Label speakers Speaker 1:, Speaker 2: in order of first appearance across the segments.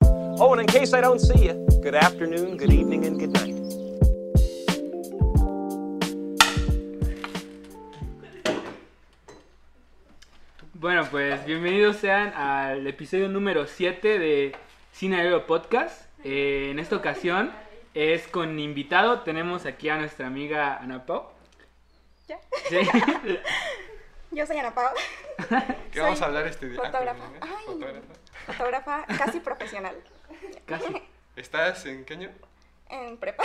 Speaker 1: Oh, and in case I don't see you, good afternoon, good evening, and good night.
Speaker 2: Bueno, pues bienvenidos sean al episodio número 7 de Cine Aéreo Podcast. Eh, en esta ocasión es con invitado. Tenemos aquí a nuestra amiga Ana Pau.
Speaker 3: Ya.
Speaker 2: Sí.
Speaker 3: Yo soy Ana Pau,
Speaker 4: ¿Qué
Speaker 3: Soy
Speaker 4: vamos a hablar este día? Ah,
Speaker 3: fotógrafa.
Speaker 4: perdón, ¿eh?
Speaker 3: Ay.
Speaker 4: Fotógrafa.
Speaker 3: fotógrafa casi profesional
Speaker 2: Casi.
Speaker 4: ¿Estás en qué año?
Speaker 3: en prepa.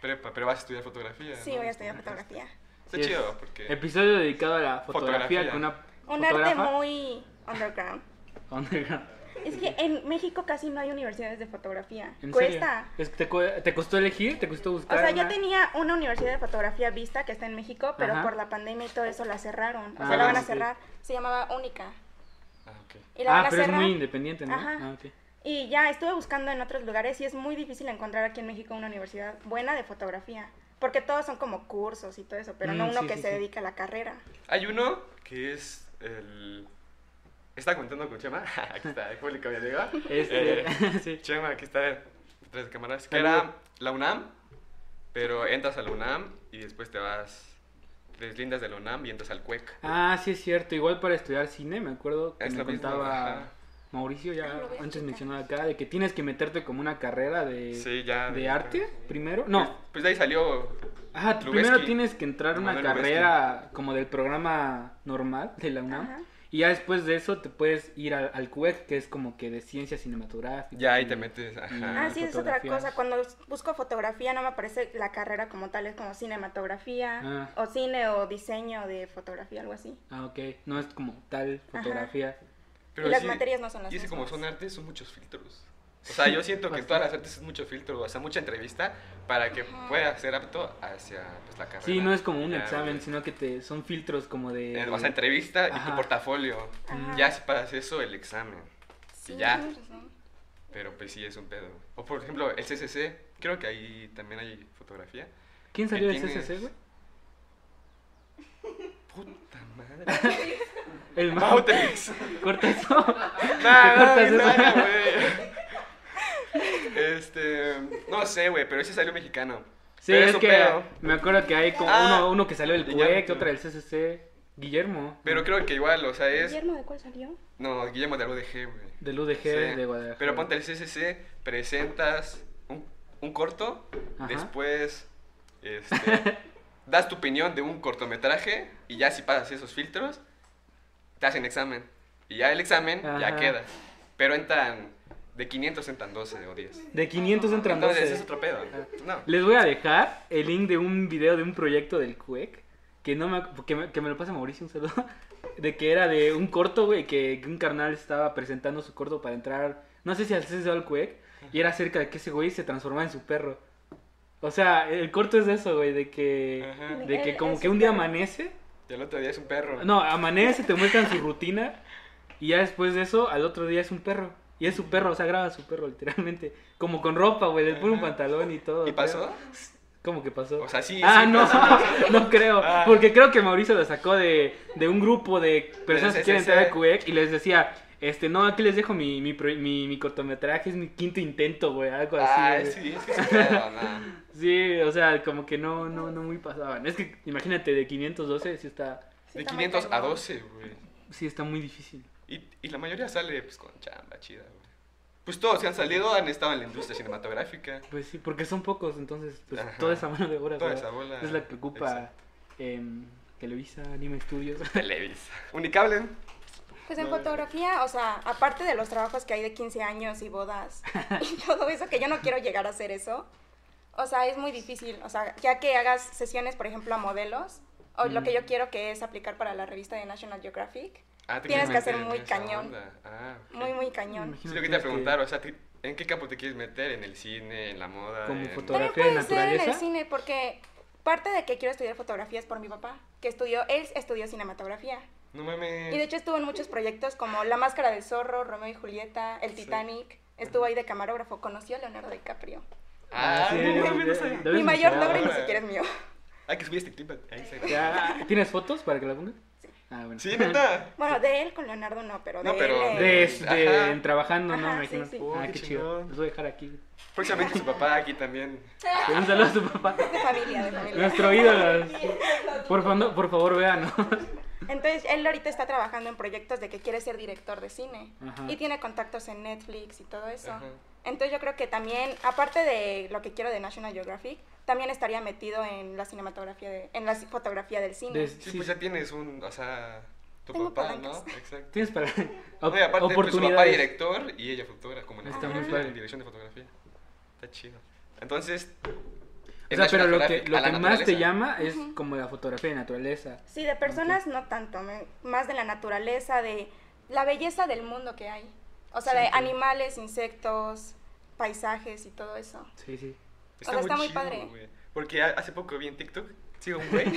Speaker 4: Prepa, pero vas a estudiar fotografía.
Speaker 3: Sí,
Speaker 4: ¿no?
Speaker 3: voy a estudiar
Speaker 4: Está-
Speaker 3: fotografía.
Speaker 4: Está
Speaker 2: Sí, es-
Speaker 4: chido, porque
Speaker 2: Episodio dedicado a la fotografía,
Speaker 4: Fotografía.
Speaker 2: con una
Speaker 3: Un arte
Speaker 2: fotógrafa
Speaker 3: muy underground.
Speaker 2: underground.
Speaker 3: Es que en México casi no hay universidades de fotografía.
Speaker 2: ¿En
Speaker 3: Cuesta.
Speaker 2: serio? Es que te, cu- te costó elegir? ¿Te costó
Speaker 3: O
Speaker 2: buscar?
Speaker 3: sea, yo
Speaker 2: una?
Speaker 3: tenía una universidad de fotografía vista que está en México, pero
Speaker 2: Ajá.
Speaker 3: por la pandemia y todo eso la cerraron. O
Speaker 2: Ah,
Speaker 3: sea, la van a
Speaker 4: ok.
Speaker 3: cerrar. Se llamaba Única.
Speaker 4: Ah, ok.
Speaker 3: Y la
Speaker 2: ah,
Speaker 3: van a
Speaker 2: pero es
Speaker 3: cerrar.
Speaker 2: muy independiente, ¿no?
Speaker 3: Ajá.
Speaker 2: Ah, ok.
Speaker 3: Y ya estuve buscando en otros lugares y es muy difícil encontrar aquí en México una universidad buena de fotografía. Porque todos son como cursos y todo eso, pero no
Speaker 2: Mm,
Speaker 3: uno
Speaker 2: sí,
Speaker 3: que
Speaker 2: sí,
Speaker 3: se
Speaker 2: sí.
Speaker 3: dedica a la carrera.
Speaker 4: Hay uno que es el... Está contando con Chema. aquí está, el público ya llegó.
Speaker 2: Este,
Speaker 4: Eh,
Speaker 2: sí.
Speaker 4: Chema, aquí está detrás de cámaras. Que
Speaker 2: Saludo.
Speaker 4: era la UNAM, pero entras a la UNAM y después te vas... Deslindas de la UNAM y entras al CUEC.
Speaker 2: Ah, sí es cierto. Igual para estudiar cine, me acuerdo que
Speaker 4: Es
Speaker 2: me
Speaker 4: lo mismo,
Speaker 2: contaba
Speaker 4: ajá.
Speaker 2: Mauricio
Speaker 3: Ah,
Speaker 2: ya
Speaker 3: lo voy a
Speaker 2: antes
Speaker 3: checar.
Speaker 2: mencionado acá de que tienes que meterte como una carrera de,
Speaker 4: Sí, ya.
Speaker 2: Eh, de arte primero. No,
Speaker 4: Pues, pues de ahí salió...
Speaker 2: ajá,
Speaker 4: Lubeski.
Speaker 2: primero tienes que entrar a una
Speaker 4: Manuel Lubeski.
Speaker 2: carrera como del programa normal de la UNAM
Speaker 3: Ajá.
Speaker 2: y ya después de eso te puedes ir al, al CUEC que es como que de ciencias cinematográficas.
Speaker 4: Ya ahí
Speaker 2: y-
Speaker 4: te metes.
Speaker 2: Ah,
Speaker 4: Ajá.
Speaker 3: Ah, sí, es otra
Speaker 2: fotografías.
Speaker 3: cosa. Cuando busco fotografía no me aparece la carrera como tal, es como cinematografía
Speaker 2: Ah.
Speaker 3: o cine o diseño de fotografía, algo así.
Speaker 2: Ah, ok. No es como tal fotografía.
Speaker 3: y las materias no son las
Speaker 4: Y es que como
Speaker 3: mismas.
Speaker 4: son artes, son muchos filtros. O sea, yo siento que en todas las artes es mucho filtro, o sea, mucha entrevista para que pueda ser apto hacia pues, la carrera.
Speaker 2: Sí, no es como un
Speaker 4: Ya,
Speaker 2: examen,
Speaker 4: güey.
Speaker 2: sino que te son filtros como de
Speaker 4: Eh, O sea, entrevista y
Speaker 2: Ajá.
Speaker 4: tu portafolio.
Speaker 3: Ajá.
Speaker 4: Ya si para eso el examen.
Speaker 3: Sí,
Speaker 4: ya.
Speaker 3: tienes razón.
Speaker 4: Pero pues sí, es un pedo. O por ejemplo, el CCC, creo que ahí también hay fotografía.
Speaker 2: ¿Quién salió del
Speaker 4: tienes-
Speaker 2: CCC, güey?
Speaker 4: Puta madre.
Speaker 2: El Mau.
Speaker 4: Mautex.
Speaker 2: Corta eso.
Speaker 4: Nah, nah,
Speaker 2: cortas
Speaker 4: nah,
Speaker 2: eso?
Speaker 4: nah, güey. Este, no sé, güey, pero ese salió mexicano.
Speaker 2: Sí,
Speaker 4: Pero
Speaker 2: es,
Speaker 4: es un
Speaker 2: que
Speaker 4: pedo.
Speaker 2: me acuerdo que hay como
Speaker 4: Ah.
Speaker 2: uno, uno que salió del
Speaker 4: Guillermo,
Speaker 2: CUEC,
Speaker 4: tú.
Speaker 2: otra del CCC. Guillermo.
Speaker 4: Pero creo que igual, o sea, es
Speaker 3: Guillermo, ¿de cuál salió?
Speaker 4: No, Guillermo de la UDG, güey.
Speaker 2: Del UDG
Speaker 4: Sí.
Speaker 2: de Guadalajara.
Speaker 4: Pero ponte el CCC, presentas un, un corto,
Speaker 2: Ajá.
Speaker 4: después este, das tu opinión de un cortometraje y ya si pasas esos filtros, te hacen examen. Y ya el examen
Speaker 2: Ajá.
Speaker 4: ya queda. Pero entran, de 500 entran 12 o 10.
Speaker 2: De 500 entran
Speaker 4: Entonces
Speaker 2: 12.
Speaker 4: es otro pedo. No.
Speaker 2: Les voy a dejar el link de un video de un proyecto del CUEC. Que, no me, ac- que, me, que me lo pasa Mauricio, un saludo. De que era de un corto, güey. Que, que un carnal estaba presentando su corto para entrar. No sé si al CCC o al CUEC. Y era acerca de que ese güey se transformaba en su perro. O sea, el corto es de eso, güey. De que,
Speaker 4: Ajá.
Speaker 2: de
Speaker 3: Él
Speaker 2: que como
Speaker 3: es
Speaker 2: que
Speaker 3: su
Speaker 2: un día
Speaker 3: perro.
Speaker 2: amanece.
Speaker 4: Y el otro día es un perro.
Speaker 2: No, amanece, te muestran su rutina. Y ya después de eso, al otro día es un perro. Y es su perro, o sea, graba a su perro, literalmente. Como con ropa, güey, le pone un
Speaker 4: Ajá.
Speaker 2: pantalón y todo.
Speaker 4: ¿Y
Speaker 2: creo.
Speaker 4: pasó?
Speaker 2: ¿Cómo que pasó?
Speaker 4: O sea, sí.
Speaker 2: ah,
Speaker 4: sí
Speaker 2: no,
Speaker 4: pasó.
Speaker 2: no creo.
Speaker 4: Ah.
Speaker 2: Porque creo que Mauricio lo sacó de, de un grupo de personas que
Speaker 4: Del
Speaker 2: quieren entrar
Speaker 4: SSC.
Speaker 2: a QEC y les decía, este, no, aquí les dejo mi, mi, pro- mi, mi cortometraje, es mi quinto intento, güey, algo así.
Speaker 4: Ah,
Speaker 2: Pues güey.
Speaker 4: sí, es que es un pedo, no.
Speaker 2: Sí, o sea, como que no, no, no muy pasaban. Es que imagínate, de 512 sí está,
Speaker 3: Sí,
Speaker 4: De
Speaker 3: está
Speaker 4: 500 a
Speaker 3: marcado.
Speaker 4: 12, güey.
Speaker 2: sí está muy difícil.
Speaker 4: Y, y la mayoría sale pues con chamba chida, güey. Pues todos que han salido han estado en la industria cinematográfica.
Speaker 2: Pues sí, porque son pocos, entonces, pues
Speaker 4: Ajá.
Speaker 2: toda esa mano de obra
Speaker 4: Toda
Speaker 2: güey,
Speaker 4: esa bola.
Speaker 2: es la que ocupa
Speaker 4: Exacto.
Speaker 2: em, Televisa, Anime Studios.
Speaker 4: Televisa. Unicable.
Speaker 3: Pues en
Speaker 4: No,
Speaker 3: fotografía, o sea, aparte de los trabajos que hay de 15 años y bodas y todo eso, que yo no quiero llegar a hacer eso, o sea, es muy difícil, o sea, ya que hagas sesiones, por ejemplo, a modelos, o lo que
Speaker 2: Mm.
Speaker 3: yo quiero que es aplicar para la revista de National Geographic,
Speaker 4: Ah, te
Speaker 3: Tienes
Speaker 4: quieres
Speaker 3: que hacer
Speaker 4: meter en
Speaker 3: muy
Speaker 4: esa
Speaker 3: cañón.
Speaker 4: onda. Ah, ok.
Speaker 3: muy, muy cañón.
Speaker 4: Sí, lo que te iba a preguntar, o sea, ¿te- ¿en qué campo te quieres meter? ¿En el cine? ¿En la moda?
Speaker 2: Como
Speaker 4: en-
Speaker 2: fotógrafo.
Speaker 3: También
Speaker 2: ¿Fotografía de
Speaker 3: puede ser en el
Speaker 2: naturaleza?
Speaker 3: cine, porque parte de que quiero estudiar fotografía es por mi papá, que estudió, él estudió cinematografía.
Speaker 4: No mames.
Speaker 3: Y de hecho estuvo en muchos proyectos como La Máscara del Zorro, Romeo y Julieta, El
Speaker 4: Sí.
Speaker 3: Titanic. Estuvo ahí de camarógrafo, conoció a Leonardo DiCaprio.
Speaker 4: Ah,
Speaker 2: sí,
Speaker 4: no
Speaker 2: yo-
Speaker 4: mames, no
Speaker 2: yo-
Speaker 4: sabía.
Speaker 2: yo-
Speaker 3: Mi mayor
Speaker 2: mencionado.
Speaker 3: logro y ni
Speaker 4: Ahora.
Speaker 3: siquiera es mío.
Speaker 4: Hay que subir este clip. Ahí se-
Speaker 2: Ya, ¿Tienes fotos Ah, para que la pongas? Ah, bueno.
Speaker 4: Sí, neta.
Speaker 3: Bueno, de él con Leonardo no, pero de
Speaker 4: No, pero-
Speaker 3: él. eh,
Speaker 2: De,
Speaker 4: Ajá.
Speaker 2: de- en trabajando, ¿no?
Speaker 3: Ajá,
Speaker 2: Me
Speaker 3: sí,
Speaker 2: imagino.
Speaker 3: sí.
Speaker 2: Ah,
Speaker 4: Oh,
Speaker 2: qué
Speaker 4: qué
Speaker 2: chido.
Speaker 4: chingón.
Speaker 2: Los voy a dejar aquí.
Speaker 4: Próximamente su papá aquí también.
Speaker 2: Un saludo a su papá.
Speaker 3: De familia, de familia.
Speaker 2: Nuestro ídolo. Por, fa- no, por favor, vean.
Speaker 3: Entonces, él ahorita está trabajando en proyectos de que quiere ser director de cine.
Speaker 2: Ajá.
Speaker 3: Y tiene contactos en Netflix y todo eso.
Speaker 4: Ajá.
Speaker 3: Entonces, yo creo que también, aparte de lo que quiero de National Geographic, también estaría metido en la cinematografía, de- en la fotografía del cine.
Speaker 2: Des-
Speaker 4: Sí,
Speaker 2: sí.
Speaker 4: pues ya tienes un, o sea, tu
Speaker 3: Tengo
Speaker 4: papá, ¿no?
Speaker 3: palancas.
Speaker 4: Exacto.
Speaker 2: Tienes para.
Speaker 4: No, y aparte, pues, su papá
Speaker 2: oportunidades.
Speaker 4: director y ella fotógrafa, como en la
Speaker 2: Está muy
Speaker 4: fotografía,
Speaker 2: padre.
Speaker 4: en dirección de fotografía. Está chido. Entonces,
Speaker 2: O
Speaker 4: en
Speaker 2: sea, pero
Speaker 4: National
Speaker 2: lo que,
Speaker 4: Geographic, a
Speaker 2: lo
Speaker 4: la
Speaker 2: que más te
Speaker 4: naturaleza.
Speaker 2: llama es como la fotografía de naturaleza.
Speaker 3: Sí, de personas no tanto, me- más de la naturaleza, de la belleza del mundo que hay. O sea,
Speaker 2: Sí,
Speaker 3: de
Speaker 2: claro.
Speaker 3: animales, insectos, paisajes y todo eso.
Speaker 2: Sí, sí.
Speaker 3: O sea, está muy
Speaker 4: chido,
Speaker 3: padre.
Speaker 4: güey. Porque ha- hace poco vi en TikTok, sigo un güey.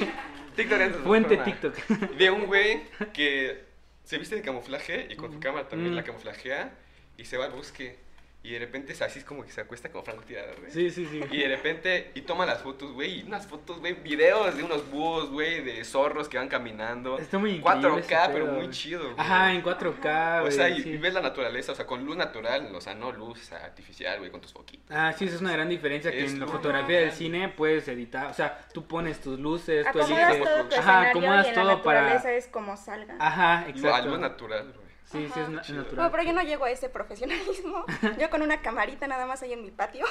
Speaker 4: TikTok es otra
Speaker 2: Fuente
Speaker 4: forma.
Speaker 2: TikTok.
Speaker 4: Vi a un güey que se viste de camuflaje y con su cámara también
Speaker 2: Mm.
Speaker 4: la camuflajea y se va al bosque. Y de repente es así es como que se acuesta como Franco Tirador, güey.
Speaker 2: Sí, sí, sí.
Speaker 4: Y de repente, y toma las fotos, güey, y unas fotos, güey, videos de unos búhos, güey, de zorros que van caminando.
Speaker 2: Está muy increíble
Speaker 4: 4K,
Speaker 2: ese
Speaker 4: pero
Speaker 2: pedo,
Speaker 4: muy
Speaker 2: güey.
Speaker 4: chido, güey.
Speaker 2: Ajá, en 4K.
Speaker 4: O sea,
Speaker 2: güey,
Speaker 4: y,
Speaker 2: sí.
Speaker 4: y ves la naturaleza, o sea, con luz natural, o sea, no luz artificial, güey, con tus foquitos.
Speaker 2: Ah, sí, esa es una gran diferencia que
Speaker 4: Es
Speaker 2: en la
Speaker 4: como-
Speaker 2: fotografía del cine puedes editar, o sea, tú pones tus luces, tú
Speaker 3: Acomodas
Speaker 2: eliges.
Speaker 3: todo tu
Speaker 2: Ajá,
Speaker 3: escenario
Speaker 2: acomodas
Speaker 3: y en la
Speaker 2: todo
Speaker 3: naturaleza
Speaker 2: para
Speaker 3: es como salga.
Speaker 2: Ajá,
Speaker 4: No, a luz
Speaker 2: exacto.
Speaker 4: natural, güey.
Speaker 2: Sí, sí es na-
Speaker 4: Chido.
Speaker 2: natural.
Speaker 3: Bueno, pero yo no llego a ese profesionalismo. Yo con una camarita nada más ahí en mi patio.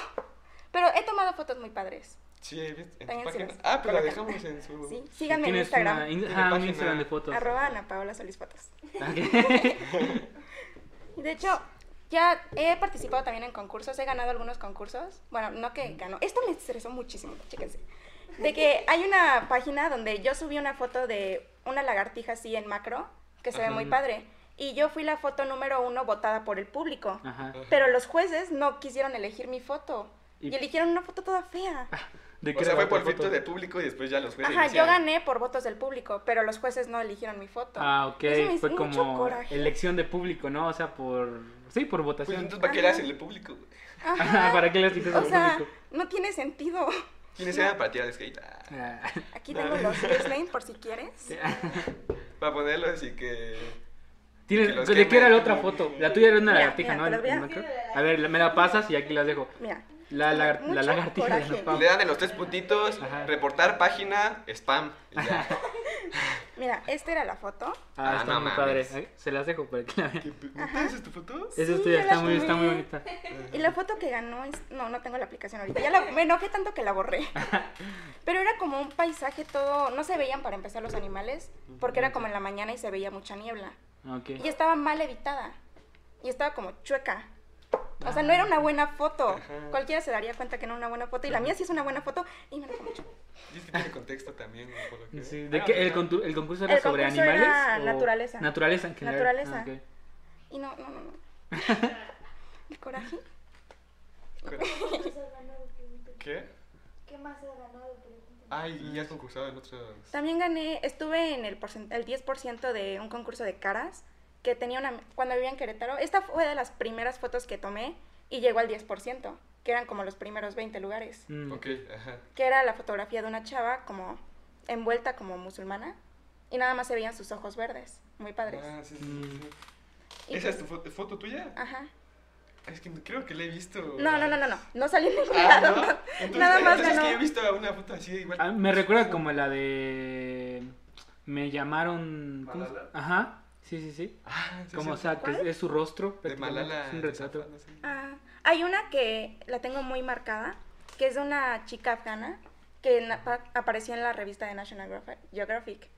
Speaker 3: Pero he tomado fotos muy padres.
Speaker 4: Sí, ahí ves, en tu
Speaker 3: Vayan,
Speaker 4: página.
Speaker 3: síganse.
Speaker 4: Ah, pero la
Speaker 3: Colocan.
Speaker 4: dejamos en su...
Speaker 3: Sí, síganme en
Speaker 2: Tienes
Speaker 3: Instagram.
Speaker 2: una in-
Speaker 4: Tiene
Speaker 2: ajá, un
Speaker 4: página.
Speaker 2: Instagram de fotos.
Speaker 3: Arroba Ana Paola Solís Fotos.
Speaker 2: Ok.
Speaker 3: Y De hecho, ya he participado también en concursos, he ganado algunos concursos. Bueno, no que ganó. Esto me estresó muchísimo, chéquense. De que hay una página donde yo subí una foto de una lagartija así en macro, que se ve
Speaker 4: Ajá.
Speaker 3: muy padre. Y yo fui la foto número uno votada por el público.
Speaker 2: Ajá.
Speaker 3: Pero los jueces no quisieron elegir mi foto.
Speaker 2: Y- Ah,
Speaker 3: Y, eligieron una foto toda fea.
Speaker 2: ¿De
Speaker 4: O
Speaker 2: qué era
Speaker 4: sea, fue
Speaker 2: la
Speaker 4: por
Speaker 2: otra
Speaker 4: filtro
Speaker 2: foto?
Speaker 4: de público y después ya los jueces
Speaker 3: Ajá, yo
Speaker 4: decían.
Speaker 3: gané por votos del público, pero los jueces no eligieron mi foto.
Speaker 2: Ah, ok,
Speaker 3: Eso me hizo
Speaker 2: fue
Speaker 3: mucho
Speaker 2: como
Speaker 3: coraje.
Speaker 2: elección de público, ¿no? O sea, por sí, por
Speaker 4: Pues
Speaker 2: votación.
Speaker 4: entonces, ¿para qué le hacen el público? güey?
Speaker 2: Ajá, ¿para qué le dices
Speaker 3: Ah, O
Speaker 2: al
Speaker 3: sea,
Speaker 2: público?
Speaker 3: no tiene sentido.
Speaker 4: ¿Quiénes eran para tirar el skate? Ah,
Speaker 2: Ah,
Speaker 3: Aquí tengo los Disney por si quieres.
Speaker 4: para ponerlo así que...
Speaker 2: Tienes-
Speaker 4: Que los
Speaker 2: ¿De qué era la
Speaker 4: quemen.
Speaker 2: otra foto? La tuya era una
Speaker 3: Mira,
Speaker 2: lagartija,
Speaker 3: mira,
Speaker 2: ¿no?
Speaker 3: te las voy a-
Speaker 2: ¿No creo? A ver, la- me la pasas y aquí las dejo.
Speaker 3: Mira.
Speaker 2: La, lagar- la
Speaker 3: Mucho
Speaker 2: lagartija de
Speaker 3: coraje.
Speaker 2: la pava.
Speaker 4: Le dan en los tres puntitos,
Speaker 2: Ajá.
Speaker 4: reportar página, spam. y ya.
Speaker 3: Mira, esta era la foto.
Speaker 2: Ah,
Speaker 4: Ah,
Speaker 2: está
Speaker 4: no
Speaker 2: muy
Speaker 4: mames.
Speaker 2: padre. Ay, Se las dejo para que la vean.
Speaker 4: ¿Tienes tu foto?
Speaker 2: Esa es
Speaker 3: Sí,
Speaker 2: tuya,
Speaker 3: yo
Speaker 2: está
Speaker 3: la
Speaker 2: muy, está muy
Speaker 3: tomé.
Speaker 2: bonita.
Speaker 3: Y la foto que ganó es... No, no tengo la aplicación ahorita. Ya la... me enojé tanto que la borré. Pero era como un paisaje todo... No se veían para empezar los animales, porque era como en la mañana y se veía mucha niebla. Y
Speaker 2: Ah, Ok.
Speaker 3: estaba mal editada. Y estaba como chueca. O sea, no era una buena foto. Cualquiera se daría cuenta que no era una buena foto. Y la mía sí es una buena foto. Y me enojó mucho.
Speaker 4: Y es que tiene contexto también. güey, por lo que-
Speaker 2: Sí, ¿De
Speaker 4: Ah,
Speaker 2: qué? ¿El,
Speaker 4: mira.
Speaker 2: contu- el concurso era
Speaker 3: El
Speaker 2: sobre
Speaker 3: concurso
Speaker 2: animales?
Speaker 3: era naturaleza.
Speaker 2: Naturaleza en general.
Speaker 3: Naturaleza.
Speaker 2: Ah, ok.
Speaker 3: Y no, no, no, no. El coraje.
Speaker 4: ¿Qué?
Speaker 5: ¿Qué más has ganado? Pregunta.
Speaker 4: Ay, y ya has concursado en otras.
Speaker 3: También gané, estuve en el, porcent- el 10% de un concurso de caras que tenía una, cuando vivía en Querétaro. Esta fue de las primeras fotos que tomé y llegó al 10%, que eran como los primeros 20 lugares.
Speaker 2: Mm.
Speaker 4: Ok, ajá.
Speaker 3: Que era la fotografía de una chava como envuelta como musulmana y nada más se veían sus ojos verdes, muy padres.
Speaker 4: Ah, sí, sí,
Speaker 2: Mm.
Speaker 4: sí.
Speaker 3: Y
Speaker 4: ¿Esa es
Speaker 3: pues-
Speaker 4: tu fo- foto tuya?
Speaker 3: Ajá.
Speaker 4: Es que no- creo que la he visto.
Speaker 3: No, no, no, no, no, no salí en ningún
Speaker 4: Ah,
Speaker 3: lado.
Speaker 4: ¿no?
Speaker 3: no.
Speaker 4: Entonces-
Speaker 3: nada más
Speaker 4: entonces es que yo he
Speaker 3: ganó.
Speaker 4: visto una foto así igual.
Speaker 2: Ah, me recuerda como la de. Me llamaron. ¿cómo se-
Speaker 4: Malala.
Speaker 2: Ajá. Sí, sí, sí.
Speaker 4: Ah, sí,
Speaker 2: Como, o
Speaker 4: sí.
Speaker 2: sea, que es, es su rostro.
Speaker 4: De
Speaker 2: prácticamente,
Speaker 4: Malala.
Speaker 2: Es un retrato.
Speaker 4: Yousafzai, no sé.
Speaker 3: Ah, hay una que la tengo muy marcada, que es de una chica afgana que na- pa- apareció en la revista de National Geographic- Geographic,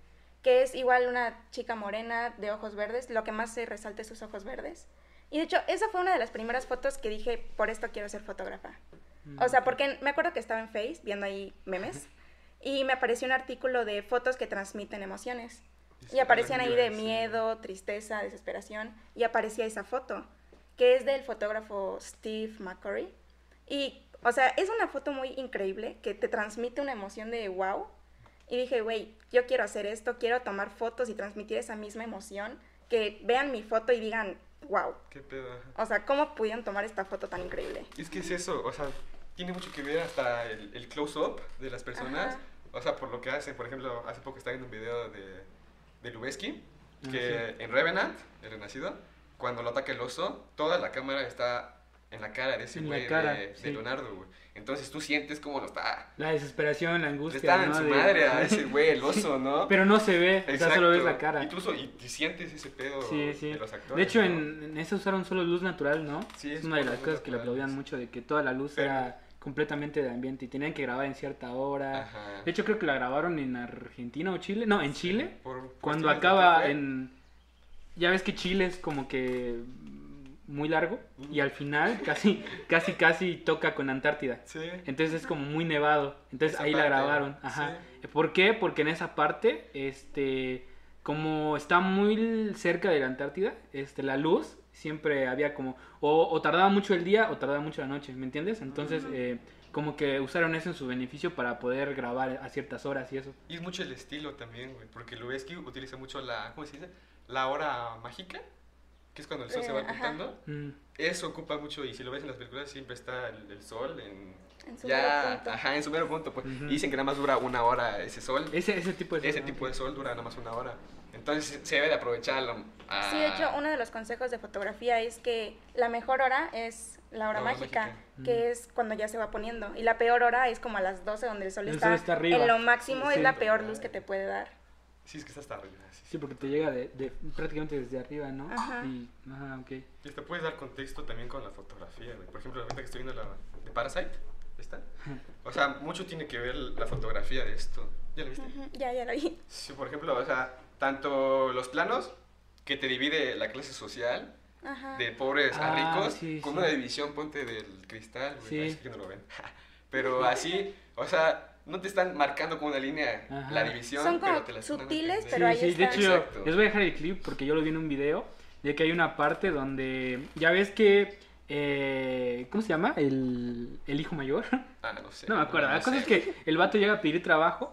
Speaker 3: que es igual una chica morena de ojos verdes, lo que más se resalta es sus ojos verdes. Y de hecho, esa fue una de las primeras fotos que dije, por esto quiero ser fotógrafa. O
Speaker 2: Mm.
Speaker 3: sea, porque me acuerdo que estaba en Face viendo ahí memes y me apareció un artículo de fotos que transmiten emociones. Y aparecían ahí de miedo, tristeza, desesperación. Y aparecía esa foto, que es del fotógrafo Steve McCurry. Y, o sea, es una foto muy increíble que te transmite una emoción de wow. Y dije, güey, yo quiero hacer esto, quiero tomar fotos y transmitir esa misma emoción. Que vean mi foto y digan, wow.
Speaker 4: Qué pedo. ajá.
Speaker 3: O sea, ¿cómo pudieron tomar esta foto tan increíble?
Speaker 4: Es que es eso, o sea, tiene mucho que ver hasta el, el close-up de las personas.
Speaker 3: Ajá.
Speaker 4: O sea, por lo que hacen, por ejemplo, hace poco estaba viendo un video de de Lubeski,
Speaker 2: Ah,
Speaker 4: que en Revenant, el Renacido, cuando lo ataca el oso, toda la cámara está en la cara de ese
Speaker 2: En la
Speaker 4: güey,
Speaker 2: cara,
Speaker 4: de, de
Speaker 2: sí.
Speaker 4: Leonardo, güey. Entonces tú sientes cómo lo está...
Speaker 2: La desesperación, la
Speaker 4: Le
Speaker 2: angustia.
Speaker 4: está en
Speaker 2: ¿no?
Speaker 4: su
Speaker 2: De-
Speaker 4: madre ah, a ese güey, el oso, ¿no?
Speaker 2: Pero no se ve, o sea, solo ves la
Speaker 4: Exacto.
Speaker 2: cara.
Speaker 4: Incluso y, y sientes ese pedo
Speaker 2: Sí, sí.
Speaker 4: de los actores.
Speaker 2: De hecho,
Speaker 4: ¿no?
Speaker 2: en, en esa usaron solo luz natural, ¿no?
Speaker 4: Sí,
Speaker 2: es
Speaker 4: es
Speaker 2: una de
Speaker 4: solo
Speaker 2: las
Speaker 4: luz
Speaker 2: cosas que le
Speaker 4: natural.
Speaker 2: aplaudían mucho, de que toda la luz
Speaker 4: Pero-
Speaker 2: era completamente de ambiente y tenían que grabar en cierta hora.
Speaker 4: Ajá.
Speaker 2: De hecho, creo que la grabaron en Argentina o Chile. No, en Chile.
Speaker 4: Por
Speaker 2: Cuando
Speaker 4: cuestiones de Pues que
Speaker 2: acaba
Speaker 4: fue-
Speaker 2: en... Ya ves que Chile es como que mm, muy largo y al final casi, casi, casi toca con Antártida.
Speaker 4: Sí.
Speaker 2: Entonces es como muy nevado. Entonces
Speaker 4: Esa
Speaker 2: ahí la
Speaker 4: parte,
Speaker 2: grabaron. Ajá. ¿Por qué? Porque en esa parte, este, como está muy cerca de la Antártida, este, la luz siempre había como, o, o tardaba mucho el día o tardaba mucho la noche, ¿me entiendes? Entonces,
Speaker 4: Ah.
Speaker 2: eh, como que usaron eso en su beneficio para poder grabar a ciertas horas y eso.
Speaker 4: Y es mucho el estilo también, güey. Porque Lubeski utiliza mucho la. ¿Cómo se dice? La hora mágica. Que es cuando el sol se va
Speaker 3: Eh, ajá.
Speaker 4: ocultando.
Speaker 2: Mm.
Speaker 4: Eso ocupa mucho. Y si lo ves en las películas, siempre está el, el sol en.
Speaker 3: En su mero
Speaker 4: ya.
Speaker 3: punto.
Speaker 4: Ajá, en su mero punto. Pues.
Speaker 2: Ujú.
Speaker 4: Y dicen que nada más dura una hora ese sol.
Speaker 2: Ese, ese tipo de...
Speaker 4: Ese tipo de sol dura nada más una hora. Entonces se debe de aprovecharlo. a-
Speaker 3: Sí, de hecho, uno de los consejos de fotografía es que la mejor hora es la hora
Speaker 4: La hora
Speaker 3: mágica,
Speaker 4: mágica.
Speaker 3: que
Speaker 2: Mm.
Speaker 3: es cuando ya se va poniendo. Y la peor hora es como a las 12, donde el sol,
Speaker 2: El
Speaker 3: está,
Speaker 2: sol está arriba.
Speaker 3: en lo máximo,
Speaker 2: Sí,
Speaker 3: es la
Speaker 4: sí.
Speaker 3: peor luz que te puede dar.
Speaker 4: Sí, es que está hasta arriba. sí, sí.
Speaker 2: Sí, porque te llega de, de- prácticamente desde arriba, ¿no?
Speaker 3: Ajá.
Speaker 2: Y, ajá, ok.
Speaker 4: Y te puedes dar contexto también con la fotografía, güey. Por ejemplo, ahorita que estoy viendo la de Parasite, ¿está? O sea, mucho tiene que ver la fotografía de esto. ¿Ya la viste?
Speaker 3: Ujú, Ya, ya lo vi.
Speaker 4: Sí, por ejemplo, o sea, tanto los planos que te divide la clase social
Speaker 3: Ajá.
Speaker 4: de pobres a
Speaker 2: Ah,
Speaker 4: ricos,
Speaker 2: sí,
Speaker 4: con
Speaker 2: sí.
Speaker 4: una división, ponte del cristal, güey,
Speaker 2: Sí.
Speaker 4: ay, es que no lo ven. Pero así, o sea, no te están marcando con una línea
Speaker 2: Ajá.
Speaker 4: la división,
Speaker 3: Son como
Speaker 4: pero te la están dando a
Speaker 3: sutiles,
Speaker 4: entender.
Speaker 3: pero ahí
Speaker 2: sí, de
Speaker 3: está.
Speaker 2: hecho yo-
Speaker 4: Exacto.
Speaker 2: les voy a dejar el clip porque yo lo vi en un video de que hay una parte donde ya ves que eh, ¿cómo se llama? El, el hijo mayor.
Speaker 4: Ah, no sé.
Speaker 2: no me acuerdo.
Speaker 4: no
Speaker 2: la cosa
Speaker 4: sé,
Speaker 2: es que el vato llega a pedir trabajo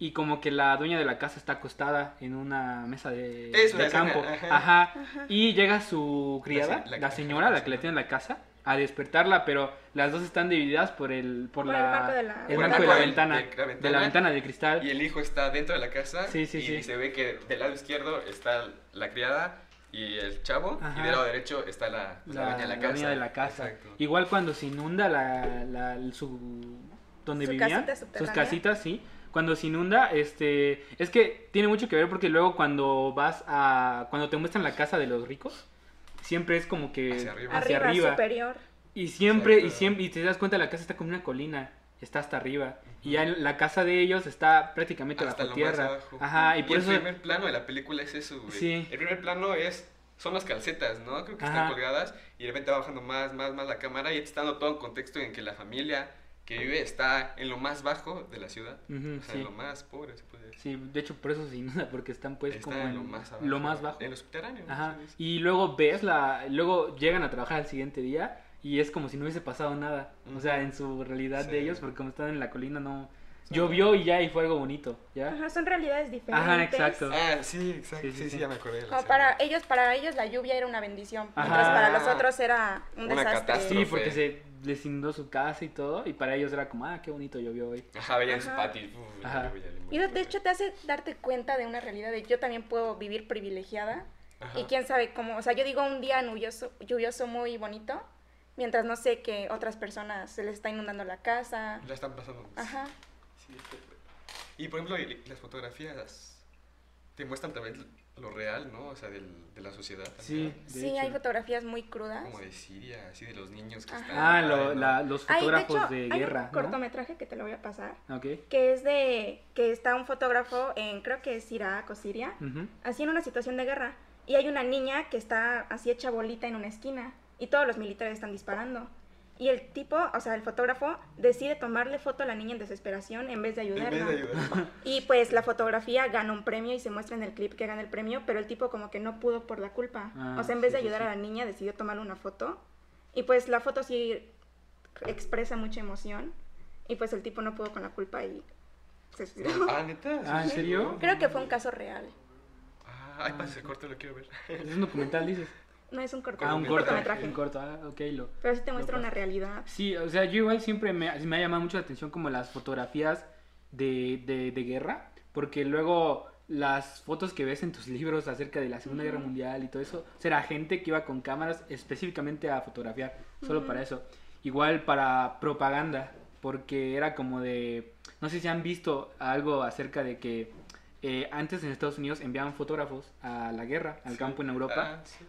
Speaker 2: y como que la dueña de la casa está acostada en una mesa de,
Speaker 4: Es una
Speaker 2: de
Speaker 4: escena,
Speaker 2: campo.
Speaker 4: ajá.
Speaker 2: Ajá. Y llega su criada,
Speaker 4: se-
Speaker 2: la,
Speaker 4: la-
Speaker 2: señora, la que le
Speaker 4: la
Speaker 2: tiene en la casa, a despertarla, pero las dos están divididas por el por
Speaker 3: Por el
Speaker 2: la,
Speaker 3: marco de
Speaker 2: el
Speaker 3: la-
Speaker 4: Por
Speaker 2: marco de
Speaker 4: el marco
Speaker 2: la
Speaker 4: del-
Speaker 2: ventana,
Speaker 4: de la
Speaker 2: de la
Speaker 4: ventana.
Speaker 2: ventana de cristal.
Speaker 4: Y el hijo está dentro de la casa.
Speaker 2: Sí, sí,
Speaker 4: y
Speaker 2: sí.
Speaker 4: se ve que del lado izquierdo está la criada y el chavo.
Speaker 2: Ajá.
Speaker 4: Y del lado derecho está la, pues, la
Speaker 2: la,
Speaker 4: dueña de la
Speaker 2: la
Speaker 4: casa.
Speaker 2: dueña de la casa.
Speaker 4: Exacto.
Speaker 2: Igual cuando se inunda la, la- su donde
Speaker 3: Su
Speaker 2: vivían,
Speaker 3: casita
Speaker 2: sus
Speaker 3: subterránea.
Speaker 2: casitas, sí. Cuando se inunda, este, es que tiene mucho que ver porque luego cuando vas a cuando te muestran la casa de los ricos, siempre es como que
Speaker 4: Hacia arriba.
Speaker 2: hacia
Speaker 3: arriba,
Speaker 2: arriba.
Speaker 3: superior.
Speaker 2: Y siempre y
Speaker 4: Exacto.
Speaker 2: siempre y te das cuenta la casa está como una colina. Está hasta arriba. Y ya en la casa de ellos está prácticamente
Speaker 4: Hasta
Speaker 2: bajo
Speaker 4: lo más
Speaker 2: tierra.
Speaker 4: abajo.
Speaker 2: Ajá, y por
Speaker 4: el
Speaker 2: eso.
Speaker 4: primer plano de la película es eso, güey.
Speaker 2: Sí.
Speaker 4: El primer plano es. Son las calcetas, ¿no? Creo que
Speaker 2: Ajá.
Speaker 4: están colgadas. Y de repente va bajando más, más, más la cámara. Y te está dando todo en contexto en que la familia que vive está en lo más bajo de la ciudad.
Speaker 2: Ujú,
Speaker 4: O sea,
Speaker 2: Mm, sí.
Speaker 4: en lo más pobre, se puede decir.
Speaker 2: Sí, de hecho por eso se inunda porque están pues
Speaker 4: está
Speaker 2: como
Speaker 4: en
Speaker 2: en
Speaker 4: lo más abajo.
Speaker 2: lo más bajo.
Speaker 4: En lo subterráneo. ¿no?
Speaker 2: Ajá.
Speaker 4: Se dice.
Speaker 2: Y luego ves la. Luego llegan a trabajar al siguiente día y es como si no hubiese pasado nada. O sea, en su realidad
Speaker 4: Sí.
Speaker 2: de ellos, porque como están en la colina, no.
Speaker 4: Sí.
Speaker 2: Llovió y ya, y fue algo bonito, ¿ya?
Speaker 3: Ajá, son realidades diferentes.
Speaker 2: Ajá, exacto.
Speaker 4: Ah, sí, exacto.
Speaker 2: Sí,
Speaker 4: Sí,
Speaker 2: sí,
Speaker 4: sí,
Speaker 2: sí.
Speaker 4: ya me acordé. de la
Speaker 3: Como
Speaker 4: escena.
Speaker 3: para ellos, para ellos la lluvia era una bendición,
Speaker 2: Ajá.
Speaker 3: mientras para los otros era un
Speaker 4: Una
Speaker 3: desastre.
Speaker 4: catástrofe.
Speaker 2: Sí, porque se les inundó su casa y todo, y para ellos era como, ah, qué bonito llovió hoy.
Speaker 4: Ajá, veían su
Speaker 3: Ajá.
Speaker 4: patio. uf,
Speaker 2: Ajá.
Speaker 4: la lluvia, el
Speaker 3: Y de
Speaker 4: inmundo.
Speaker 3: hecho te hace darte cuenta de una realidad de yo también puedo vivir privilegiada
Speaker 4: Ajá.
Speaker 3: y quién sabe cómo, o sea, yo digo un día nubioso- lluvioso muy bonito, mientras no sé que otras personas se les está inundando la casa.
Speaker 4: La están pasando.
Speaker 3: Ajá.
Speaker 4: Sí, este- Y por ejemplo, y- las fotografías te muestran también lo real, ¿no? O sea, del- de la sociedad.
Speaker 2: Sí,
Speaker 4: también.
Speaker 2: de
Speaker 3: Sí,
Speaker 2: hecho.
Speaker 3: hay fotografías muy crudas.
Speaker 4: Como de Siria, así de los niños que
Speaker 3: Ajá.
Speaker 4: están.
Speaker 2: Ah,
Speaker 4: ahí,
Speaker 2: lo-
Speaker 4: ¿no?
Speaker 2: la- los
Speaker 3: Hay, de
Speaker 2: fotógrafos
Speaker 3: hecho,
Speaker 2: de
Speaker 3: hay
Speaker 2: guerra.
Speaker 3: un
Speaker 2: ¿no?
Speaker 3: cortometraje que te lo voy a pasar,
Speaker 2: Ok.
Speaker 3: que es de que está un fotógrafo en creo que es Irak o Siria,
Speaker 2: Ujú.
Speaker 3: así en una situación de guerra. Y hay una niña que está así hecha bolita en una esquina y todos los militares están disparando. Y el tipo, o sea, el fotógrafo, decide tomarle foto a la niña en desesperación en vez de
Speaker 4: En vez
Speaker 3: ayudarla.
Speaker 4: de ayudar.
Speaker 3: Y pues la fotografía gana un premio y se muestra en el clip que gana el premio, pero el tipo como que no pudo por la culpa.
Speaker 2: Ah,
Speaker 3: o sea, en vez
Speaker 2: sí,
Speaker 3: de
Speaker 2: sí,
Speaker 3: ayudar
Speaker 2: sí.
Speaker 3: a la niña, decidió tomarle una foto. Y pues la foto sí expresa mucha emoción. Y pues el tipo no pudo con la culpa y se suicidó.
Speaker 4: Ah, neta.
Speaker 2: Ah, ¿en serio?
Speaker 3: Creo que fue un caso real.
Speaker 4: Ah, ay, pasa el corte, lo quiero ver.
Speaker 2: Es un documental, dices.
Speaker 3: No es un corto,
Speaker 2: Ah, un corto.
Speaker 4: Cortometraje.
Speaker 3: cortometraje.
Speaker 2: Un corto, pues. ah, ok, lo.
Speaker 3: Pero sí te muestra
Speaker 2: Lo
Speaker 3: una realidad.
Speaker 2: Sí, o sea, yo igual siempre me, me ha llamado mucho la atención como las fotografías de, de, de guerra, porque luego las fotos que ves en tus libros acerca de la Segunda Guerra Mundial y todo eso, o sea, era gente que iba con cámaras específicamente a fotografiar, solo para eso. Igual para propaganda, porque era como de, no sé si han visto algo acerca de que eh, antes en Estados Unidos enviaban fotógrafos a la guerra, al campo en Europa,
Speaker 4: Ah, sí.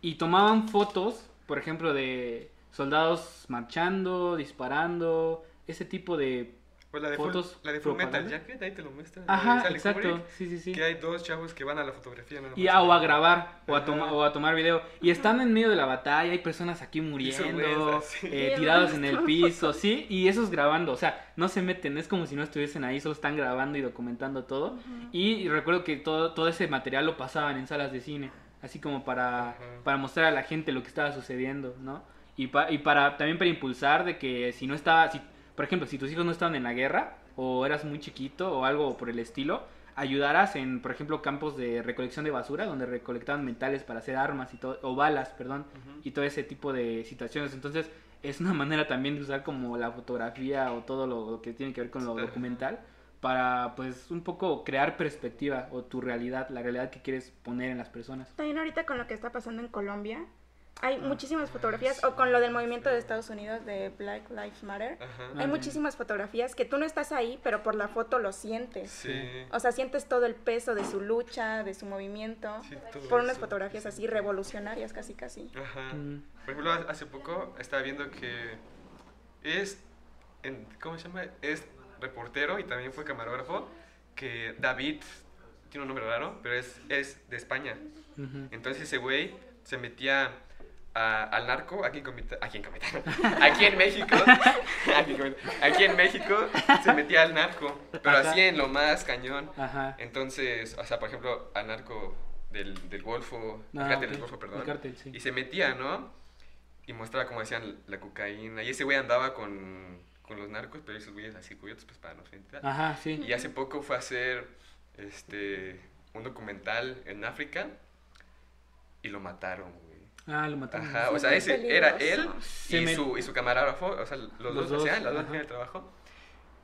Speaker 2: y tomaban fotos, por ejemplo, de soldados marchando, disparando, ese tipo de...
Speaker 4: Pues la de
Speaker 2: Fotos
Speaker 4: Full, la de Full Metal
Speaker 2: propaganda.
Speaker 4: Jacket, ahí te lo muestran.
Speaker 2: Ajá,
Speaker 4: Sale
Speaker 2: exacto,
Speaker 4: Kubrick,
Speaker 2: sí, sí, sí.
Speaker 4: Que hay dos chavos que van a la fotografía. nada
Speaker 2: Y
Speaker 4: más.
Speaker 2: a, o a grabar o a,
Speaker 4: Ajá.
Speaker 2: toma- o a tomar video. Y están en medio de la batalla, hay personas aquí muriendo,
Speaker 4: Sorpresas, sí.
Speaker 2: eh,
Speaker 3: Sí,
Speaker 2: tirados en
Speaker 3: hermano,
Speaker 2: el piso, sí, y esos grabando, o sea, no se meten, es como si no estuviesen ahí, solo están grabando y documentando todo. Y recuerdo que todo, todo ese material lo pasaban en salas de cine, así como para,
Speaker 4: Ajá.
Speaker 2: para mostrar a la gente lo que estaba sucediendo, ¿no? Y, pa- y para también para impulsar de que si no estaba, si, por ejemplo, si tus hijos no estaban en la guerra o eras muy chiquito o algo por el estilo, ayudaras en, por ejemplo, campos de recolección de basura donde recolectaban metales para hacer armas y todo, o balas, perdón,
Speaker 4: Ujú.
Speaker 2: y todo ese tipo de situaciones. Entonces, es una manera también de usar como la fotografía o todo lo, lo que tiene que ver con lo
Speaker 4: Ajá.
Speaker 2: documental para, pues, un poco crear perspectiva o tu realidad, la realidad que quieres poner en las personas.
Speaker 3: También ahorita con lo que está pasando en Colombia,
Speaker 2: Ah.
Speaker 3: hay muchísimas fotografías, o con lo del movimiento de Estados Unidos de Black Lives Matter,
Speaker 4: Ajá.
Speaker 3: hay
Speaker 2: Ándale.
Speaker 3: muchísimas fotografías que tú no estás ahí, pero por la foto lo sientes.
Speaker 4: Sí.
Speaker 3: O sea, sientes todo el peso de su lucha, de su movimiento,
Speaker 4: Sí, todo
Speaker 3: por unas
Speaker 4: eso.
Speaker 3: fotografías así revolucionarias casi casi.
Speaker 4: Ajá.
Speaker 2: Mm.
Speaker 4: Por ejemplo, ha- hace poco estaba viendo que es, en- ¿cómo se llama? Es reportero y también fue camarógrafo, que David, tiene un nombre raro, pero es, es de España.
Speaker 2: Ujú.
Speaker 4: Entonces ese güey se metía a- al narco aquí en Comita- aquí en Comitán, aquí en México, aquí en, Comitán, aquí en México se metía al narco, pero
Speaker 2: Ajá.
Speaker 4: así en lo más cañón.
Speaker 2: Ajá.
Speaker 4: Entonces, o sea, por ejemplo, al narco del, del Golfo, el
Speaker 2: Ah,
Speaker 4: cártel
Speaker 2: ok.
Speaker 4: del Golfo, perdón.
Speaker 2: El cártel, sí.
Speaker 4: Y se metía, ¿no? Y mostraba como hacían la cocaína. Y ese güey andaba con, con los narcos, pero esos güeyes así cubiertos pues para no se enterar.
Speaker 2: Ajá, sí.
Speaker 4: Y hace poco fue a hacer este, un documental en África y lo mataron, güey.
Speaker 2: Ah, lo mataron.
Speaker 4: Ajá, o
Speaker 3: Mm, Sí,
Speaker 4: sea,
Speaker 3: muy
Speaker 4: ese era él
Speaker 3: peligroso.
Speaker 2: Se
Speaker 4: y
Speaker 2: me-
Speaker 4: su, y su camarógrafo, o sea, los,
Speaker 2: Los
Speaker 4: dos,
Speaker 2: dos,
Speaker 4: hacían, los dos
Speaker 2: ajá.
Speaker 4: hacían el trabajo.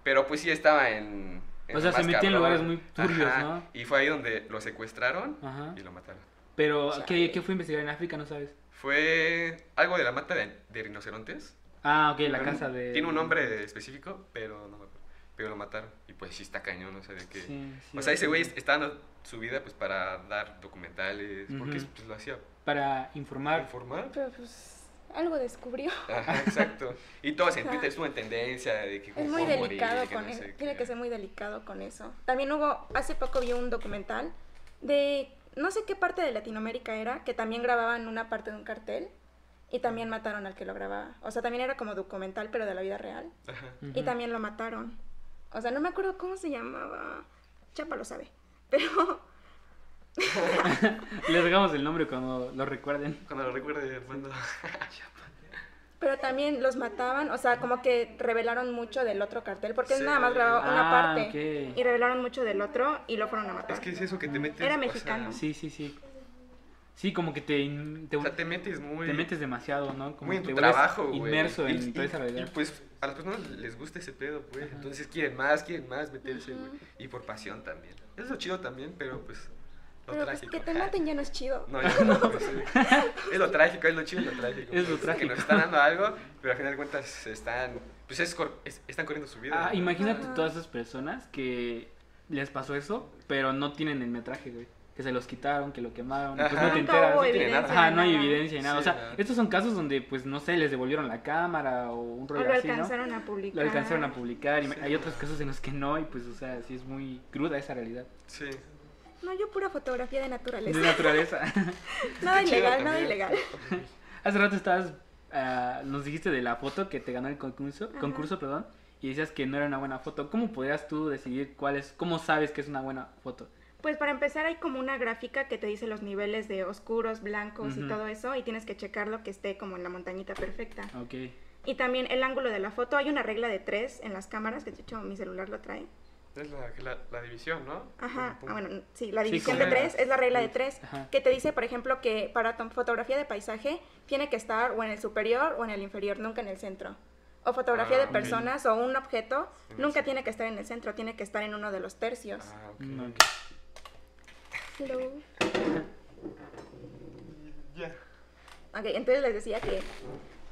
Speaker 4: Pero pues sí estaba en... en
Speaker 2: O
Speaker 4: lo
Speaker 2: sea, se
Speaker 4: más
Speaker 2: metía en
Speaker 4: cabrón.
Speaker 2: lugares muy turbios,
Speaker 4: Ajá,
Speaker 2: ¿no?
Speaker 4: Y fue ahí donde lo secuestraron
Speaker 2: Ajá.
Speaker 4: y lo mataron.
Speaker 2: Pero, ¿qué,
Speaker 3: Chale.
Speaker 2: ¿qué fue a investigar en África? No sabes.
Speaker 4: Fue algo de la mata de, de rinocerontes.
Speaker 2: Ah, ok, la
Speaker 4: Pero
Speaker 2: casa de...
Speaker 4: Tiene un nombre específico, pero no me acuerdo. Pero lo mataron. Y pues sí está cañón, o sea, de que...
Speaker 2: Sí, sí,
Speaker 4: o sea, ese güey
Speaker 2: sí.
Speaker 4: está dando su vida pues para dar documentales, porque
Speaker 2: Ujú.
Speaker 4: pues, lo hacía
Speaker 2: Para informar.
Speaker 4: informar.
Speaker 3: Pero pues algo descubrió.
Speaker 4: Ajá, exacto. Y todos en
Speaker 3: Ajá.
Speaker 4: Twitter suben tendencia de que
Speaker 3: Es
Speaker 4: cómo
Speaker 3: muy
Speaker 4: morir,
Speaker 3: delicado
Speaker 4: de que
Speaker 3: con
Speaker 4: no
Speaker 3: eso.
Speaker 4: sé
Speaker 3: Tiene
Speaker 4: qué.
Speaker 3: que ser muy delicado con eso. También hubo, hace poco vi un documental de no sé qué parte de Latinoamérica era, que también grababan una parte de un cartel y también mataron al que lo grababa. O sea, también era como documental, pero de la vida real.
Speaker 4: Ajá.
Speaker 2: Ujú.
Speaker 3: Y también lo mataron. O sea, no me acuerdo cómo se llamaba. Chapa lo sabe. Pero
Speaker 2: Les regamos el nombre cuando lo recuerden.
Speaker 4: Cuando lo recuerde, Armando.
Speaker 3: Pero también los mataban, o sea, como que revelaron mucho del otro cartel, porque él
Speaker 4: Sí.
Speaker 3: nada más grababa una
Speaker 2: Ah,
Speaker 3: parte
Speaker 2: ok.
Speaker 3: y revelaron mucho del otro y lo fueron a matar.
Speaker 4: es que es eso que te metes.
Speaker 3: Era
Speaker 4: o sea,
Speaker 3: mexicano.
Speaker 2: Sí, sí, sí. Sí, como que te, in- te,
Speaker 4: O sea, te metes muy.
Speaker 2: te metes demasiado, ¿no? Como
Speaker 4: muy
Speaker 2: que
Speaker 4: en tu
Speaker 2: vuelves
Speaker 4: trabajo, güey.
Speaker 2: Inmerso
Speaker 4: Y-
Speaker 2: en
Speaker 4: y-
Speaker 2: toda esa realidad.
Speaker 4: Y pues a las personas les gusta ese pedo, pues. Entonces quieren más, quieren más meterse, güey. Y por pasión también. Es lo chido también, pero pues. Lo
Speaker 3: Pero pues
Speaker 4: trágico.
Speaker 3: que te maten ya no es chido.
Speaker 4: No, yo no, pues, sí. Es lo trágico, es lo chido, y lo trágico.
Speaker 2: Es lo
Speaker 4: pues, Que
Speaker 2: trágico.
Speaker 4: nos están dando algo, pero al final de cuentas se están. Pues es cor- es- están corriendo su vida.
Speaker 2: Ah,
Speaker 4: ¿no?
Speaker 2: imagínate
Speaker 3: Ajá.
Speaker 2: todas esas personas que les pasó eso, pero no tienen el metraje, güey. Que se los quitaron, que lo quemaron. y Pues
Speaker 4: Ajá.
Speaker 2: no te
Speaker 4: Nunca
Speaker 2: enteras.
Speaker 3: hubo
Speaker 2: no tiene
Speaker 4: evidencia
Speaker 2: nada. Ajá,
Speaker 3: de
Speaker 2: no hay
Speaker 3: nada.
Speaker 2: evidencia y nada. o
Speaker 4: Sí,
Speaker 2: sea,
Speaker 4: nada.
Speaker 2: estos son casos donde, pues, no sé, les devolvieron la cámara o un
Speaker 3: O
Speaker 2: rollo
Speaker 3: lo
Speaker 2: así, ¿no?
Speaker 3: alcanzaron a publicar.
Speaker 2: Lo alcanzaron a publicar. Y hay otros casos en los que no, y pues, o sea, sí es muy cruda esa realidad.
Speaker 4: Sí.
Speaker 3: No, yo pura fotografía de
Speaker 2: De
Speaker 3: naturaleza.
Speaker 2: naturaleza.
Speaker 3: nada
Speaker 4: chido
Speaker 3: ilegal, nada
Speaker 4: también.
Speaker 3: ilegal.
Speaker 2: Hace rato estabas, ah, nos dijiste de la foto que te ganó el concurso,
Speaker 3: Ajá.
Speaker 2: concurso, perdón, y decías que no era una buena foto. ¿Cómo podrías tú decidir cuál es, cómo sabes que es una buena foto?
Speaker 3: Pues para empezar hay como una gráfica que te dice los niveles de oscuros, blancos
Speaker 2: Ujú.
Speaker 3: y todo eso y tienes que checarlo que esté como en la montañita perfecta.
Speaker 2: Ok.
Speaker 3: Y también el ángulo de la foto, hay una regla de tres en las cámaras, que de hecho mi celular lo trae.
Speaker 4: Es la, la- la división, ¿no?
Speaker 3: Ajá,
Speaker 4: Pum, pum.
Speaker 3: ah, bueno, sí, la
Speaker 2: Sí,
Speaker 3: división
Speaker 2: con
Speaker 3: de
Speaker 2: reglas.
Speaker 3: tres es la regla de tres,
Speaker 2: Ajá.
Speaker 3: que te dice, por ejemplo, que para tom- fotografía de paisaje tiene que estar o en el superior o en el inferior, nunca en el centro. O fotografía
Speaker 4: Ah,
Speaker 3: de
Speaker 4: ok.
Speaker 3: personas o un objeto,
Speaker 4: En el
Speaker 3: nunca
Speaker 4: centro.
Speaker 3: tiene que estar en el centro, tiene que estar en uno de los tercios.
Speaker 4: Ah, ok.
Speaker 2: Mm, ok.
Speaker 3: Hello.
Speaker 6: Ya.
Speaker 3: Ok, entonces les decía que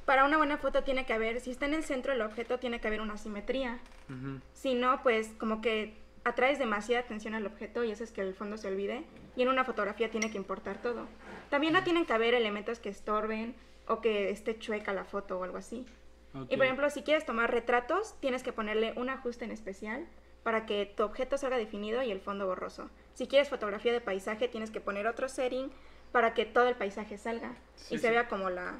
Speaker 3: para una buena foto tiene que haber, si está en el centro del objeto, tiene que haber una simetría.
Speaker 2: Ujú.
Speaker 3: Si no, pues como que atraes demasiada atención al objeto y eso es que el fondo se olvide. Y en una fotografía tiene que importar todo. También no tienen que haber elementos que estorben o que esté chueca la foto o algo así.
Speaker 2: Ok.
Speaker 3: Y por ejemplo, si quieres tomar retratos, tienes que ponerle un ajuste en especial para que tu objeto salga definido y el fondo borroso. Si quieres fotografía de paisaje, tienes que poner otro setting para que todo el paisaje salga
Speaker 6: Sí,
Speaker 3: y se
Speaker 6: sí.
Speaker 3: vea como la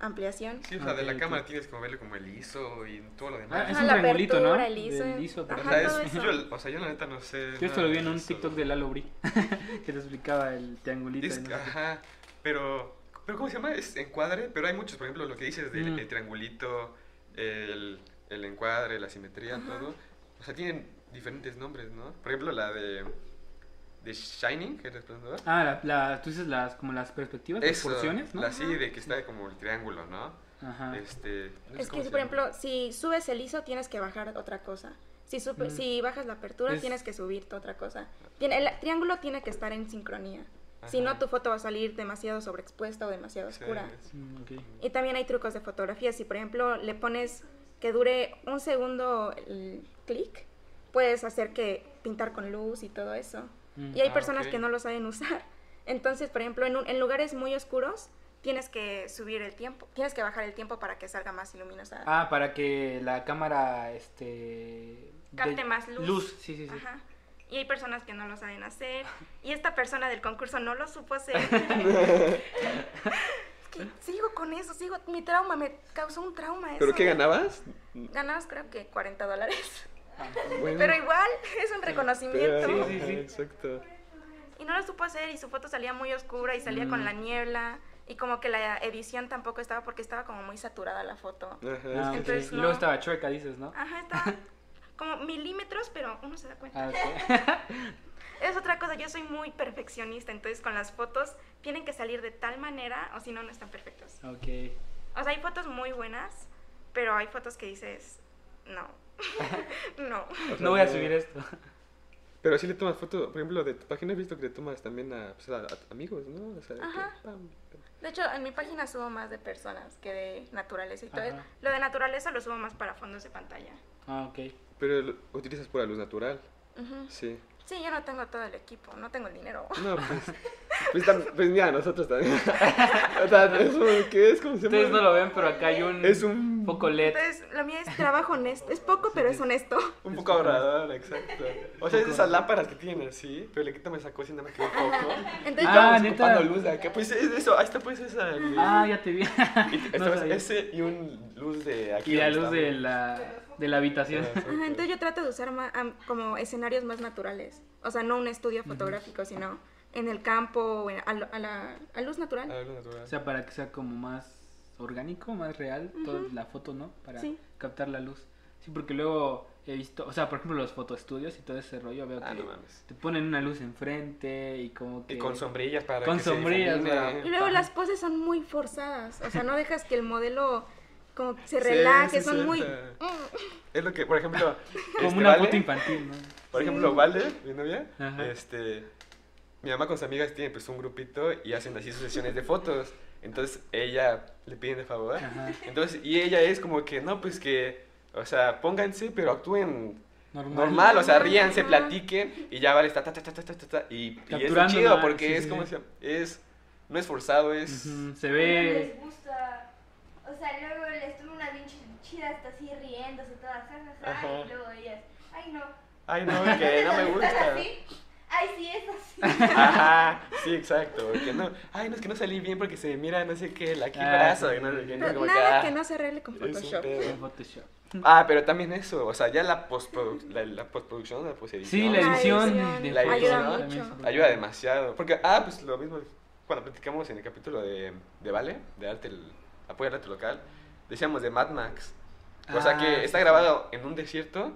Speaker 3: ampliación.
Speaker 6: Sí, o sea, de
Speaker 2: Ah, Ok,
Speaker 6: la
Speaker 2: ok.
Speaker 6: cámara tienes que moverle como el ISO y todo lo
Speaker 2: Ah,
Speaker 6: demás.
Speaker 2: es
Speaker 3: Ajá,
Speaker 2: un
Speaker 3: la
Speaker 2: triangulito, ¿no?
Speaker 3: apertura, el ISO.
Speaker 2: Del ISO,
Speaker 3: Ajá,
Speaker 6: o,
Speaker 2: pero-
Speaker 6: sea,
Speaker 3: todo
Speaker 6: es,
Speaker 3: eso.
Speaker 6: yo, o sea, yo la neta no sé.
Speaker 2: Yo esto
Speaker 6: nada
Speaker 2: lo vi
Speaker 6: de
Speaker 2: en un
Speaker 6: eso.
Speaker 2: TikTok de Lalo Bri, que te explicaba el triangulito. y
Speaker 6: Dices-
Speaker 2: no sé qué.
Speaker 6: ajá, pero, pero ¿cómo se llama? Es encuadre, pero hay muchos, por ejemplo, lo que dices del
Speaker 2: Mm.
Speaker 6: el triangulito, el, el encuadre, la simetría, todo. O sea, tienen diferentes nombres, ¿no? Por ejemplo, la de, de Shining, que es resplandor.
Speaker 2: Ah, la, la- tú dices las, como las perspectivas, las
Speaker 6: Eso,
Speaker 2: porciones, ¿no?
Speaker 6: La sí, de que está como el triángulo, ¿no?
Speaker 2: Ajá.
Speaker 6: Este, no sé
Speaker 3: Es
Speaker 6: cómo se
Speaker 3: que, si, por
Speaker 6: llama.
Speaker 3: ejemplo, si subes el ISO, tienes que bajar otra cosa. Si, supe-
Speaker 2: Mm.
Speaker 3: si bajas la apertura,
Speaker 2: Es-
Speaker 3: tienes que subirte otra cosa. Tiene- el triángulo tiene que estar en sincronía. Si
Speaker 6: Ajá.
Speaker 3: no, tu foto va a salir demasiado sobreexpuesta o demasiado
Speaker 6: Sí,
Speaker 3: oscura.
Speaker 6: es-
Speaker 2: Mm, ok.
Speaker 3: Y también hay trucos de fotografía. Si, por ejemplo, le pones que dure un segundo el clic, puedes hacer que pintar con luz y todo eso.
Speaker 2: Mm.
Speaker 3: Y hay
Speaker 6: Ah,
Speaker 3: personas
Speaker 6: ok.
Speaker 3: que no lo saben usar. Entonces, por ejemplo, en, un- en lugares muy oscuros, tienes que subir el tiempo, tienes que bajar el tiempo para que salga más luminosa.
Speaker 2: Ah, para que la cámara, este...
Speaker 3: Capte
Speaker 2: de-
Speaker 3: más luz.
Speaker 2: Luz, sí, sí, sí.
Speaker 3: Ajá. Y hay personas que no lo saben hacer. Y esta persona del concurso no lo supo hacer. Es que sigo con eso, sigo. Mi trauma me causó un trauma.
Speaker 4: ¿Pero
Speaker 3: eso
Speaker 4: qué
Speaker 3: de-
Speaker 4: ganabas?
Speaker 3: Ganabas creo que 40 dólares.
Speaker 2: Ah,
Speaker 4: Bueno,
Speaker 3: Pero igual es un reconocimiento.
Speaker 4: pero-
Speaker 2: Sí, sí, sí.
Speaker 4: Exacto.
Speaker 3: Y no lo supo hacer y su foto salía muy oscura y salía con
Speaker 2: Mm.
Speaker 3: la niebla. Y como que la edición tampoco estaba porque estaba como muy saturada la foto.
Speaker 2: Ah,
Speaker 4: Ajá.
Speaker 2: ok.
Speaker 4: sí.
Speaker 3: Entonces,
Speaker 2: Y
Speaker 3: no.
Speaker 2: luego estaba chueca, dices, ¿no?
Speaker 3: Ajá, estaba como milímetros, pero uno se da cuenta.
Speaker 2: Ah, ok.
Speaker 3: Es otra cosa, yo soy muy perfeccionista, entonces con las fotos tienen que salir de tal manera o si no, no están perfectos.
Speaker 2: Ok.
Speaker 3: O sea, hay fotos muy buenas, pero hay fotos que dices, no, no.
Speaker 4: O sea,
Speaker 2: No voy a subir esto.
Speaker 4: Pero si le tomas foto, por ejemplo, de tu página he visto que le tomas también a, pues, a- a amigos, ¿no? O sea, de que,
Speaker 3: Ajá.
Speaker 4: pam.
Speaker 3: De hecho, en mi página subo más de personas que de naturaleza y todo.
Speaker 2: Ajá.
Speaker 3: Lo de naturaleza lo subo más para fondos de pantalla.
Speaker 2: Ah, ok.
Speaker 4: Pero lo- utilizas pura luz natural,
Speaker 3: Ujú.
Speaker 4: sí.
Speaker 3: Sí, yo no tengo todo el equipo, no tengo el dinero.
Speaker 2: Eh.
Speaker 4: No, pues. Pues, tam- pues mira, nosotros también. o sea, eso, ¿qué es? ¿Cómo se llama?
Speaker 2: Ustedes no lo ven, pero acá hay un...
Speaker 4: Es un.
Speaker 2: Poco LED.
Speaker 3: Entonces, lo mío es trabajo honesto. Es poco, pero es honesto.
Speaker 4: Un
Speaker 2: Es poco.
Speaker 4: poco ahorrador, exacto. O sea, es de esas lámparas que tienen así, pero le quitan esa cosa y nada más que un poco.
Speaker 3: Entonces,
Speaker 2: Ah,
Speaker 4: Estamos
Speaker 2: ¿neta?
Speaker 4: ocupando luz de acá. Pues es eso, ahí está pues esa. luz.
Speaker 2: Ah, ya te vi.
Speaker 4: Y te-
Speaker 2: No
Speaker 4: esta vez
Speaker 2: sabía.
Speaker 4: ese y un luz de aquí.
Speaker 2: Y la
Speaker 4: donde
Speaker 2: luz de
Speaker 4: estamos.
Speaker 2: la, de la habitación.
Speaker 4: Ah, exacto.
Speaker 3: Ajá, entonces yo trato de usar ma- am- como escenarios más naturales. O sea, no un estudio fotográfico, sino en el campo, o en- a, lo- a la a luz
Speaker 4: Ah,
Speaker 3: natural.
Speaker 4: luz natural.
Speaker 2: O sea, para que sea como más orgánico, más real, toda la foto, ¿no? Para
Speaker 3: Sí.
Speaker 2: captar la luz. Sí, porque luego he visto, o sea, por ejemplo, los fotoestudios y todo ese rollo, veo
Speaker 6: Ah,
Speaker 2: que
Speaker 6: no mames.
Speaker 2: te ponen una luz enfrente y como que...
Speaker 6: Y con sombrillas para
Speaker 2: Con
Speaker 6: que se
Speaker 2: sombrillas,
Speaker 6: difumine.
Speaker 2: para-
Speaker 3: Y luego
Speaker 2: Ajá.
Speaker 3: las poses son muy forzadas. O sea, no dejas que el modelo como que se
Speaker 4: Sí,
Speaker 3: relaje.
Speaker 4: sí,
Speaker 3: son muy... Mm,
Speaker 4: sienta. Es lo que, por ejemplo.
Speaker 2: Como
Speaker 4: este,
Speaker 2: una
Speaker 4: Vale,
Speaker 2: foto infantil, ¿no?
Speaker 4: Por ejemplo, Vale, mi novia,
Speaker 2: Ajá.
Speaker 4: este, mi mamá con sus amigas tiene pues un grupito y hacen así sus sesiones de fotos. Entonces ella le piden de favor.
Speaker 2: Ajá.
Speaker 4: Entonces, y ella es como que, no, pues que, o sea, pónganse, pero actúen
Speaker 2: Normal.
Speaker 4: normal, o sea, ríanse,
Speaker 3: Ajá.
Speaker 4: platiquen y ya vale, está, ta, ta, ta, ta, ta, ta, ta, y, y es
Speaker 2: Capturando,
Speaker 4: chido
Speaker 2: ¿no?
Speaker 4: porque
Speaker 2: Sí,
Speaker 4: es
Speaker 2: sí,
Speaker 4: como
Speaker 2: sí.
Speaker 4: se es, no es forzado, es...
Speaker 2: Ujú, Se
Speaker 7: No
Speaker 2: ve...
Speaker 7: les gusta. O sea, luego les tomo unas bien ch- chidas, hasta así riéndose todas, jajaja,
Speaker 4: Ajá.
Speaker 7: y luego ellas, ay no.
Speaker 4: Ay, no, que
Speaker 7: Entonces,
Speaker 4: no me
Speaker 7: donde estás
Speaker 4: gusta.
Speaker 7: así, Ay, sí, es así.
Speaker 4: Ajá, sí, exacto, que no, ay, no, es que no salí bien porque se mira, no sé qué, el aquí
Speaker 2: Ah,
Speaker 4: brazo,
Speaker 2: sí.
Speaker 4: y no sé qué, no,
Speaker 3: Pero
Speaker 4: como
Speaker 3: nada
Speaker 4: ah,
Speaker 3: que no se arregle con
Speaker 4: es un
Speaker 3: Photoshop.
Speaker 4: pedo.
Speaker 2: en Photoshop.
Speaker 4: Ah, pero también eso, o sea, ya la, postproduc- la, la postproducción, la postedición.
Speaker 2: Sí, la
Speaker 3: La
Speaker 2: edición.
Speaker 3: edición.
Speaker 2: de
Speaker 4: La
Speaker 2: fotos
Speaker 4: edición
Speaker 2: también
Speaker 3: ayuda
Speaker 2: se
Speaker 3: mucho.
Speaker 2: puede.
Speaker 4: Ayuda demasiado. Porque, ah, pues lo mismo cuando platicamos en el capítulo de, de Vale, de arte, el, apoyo al arte local, decíamos de Mad Max. O sea
Speaker 2: Ah,
Speaker 4: que
Speaker 2: sí,
Speaker 4: está
Speaker 2: sí.
Speaker 4: grabado en un desierto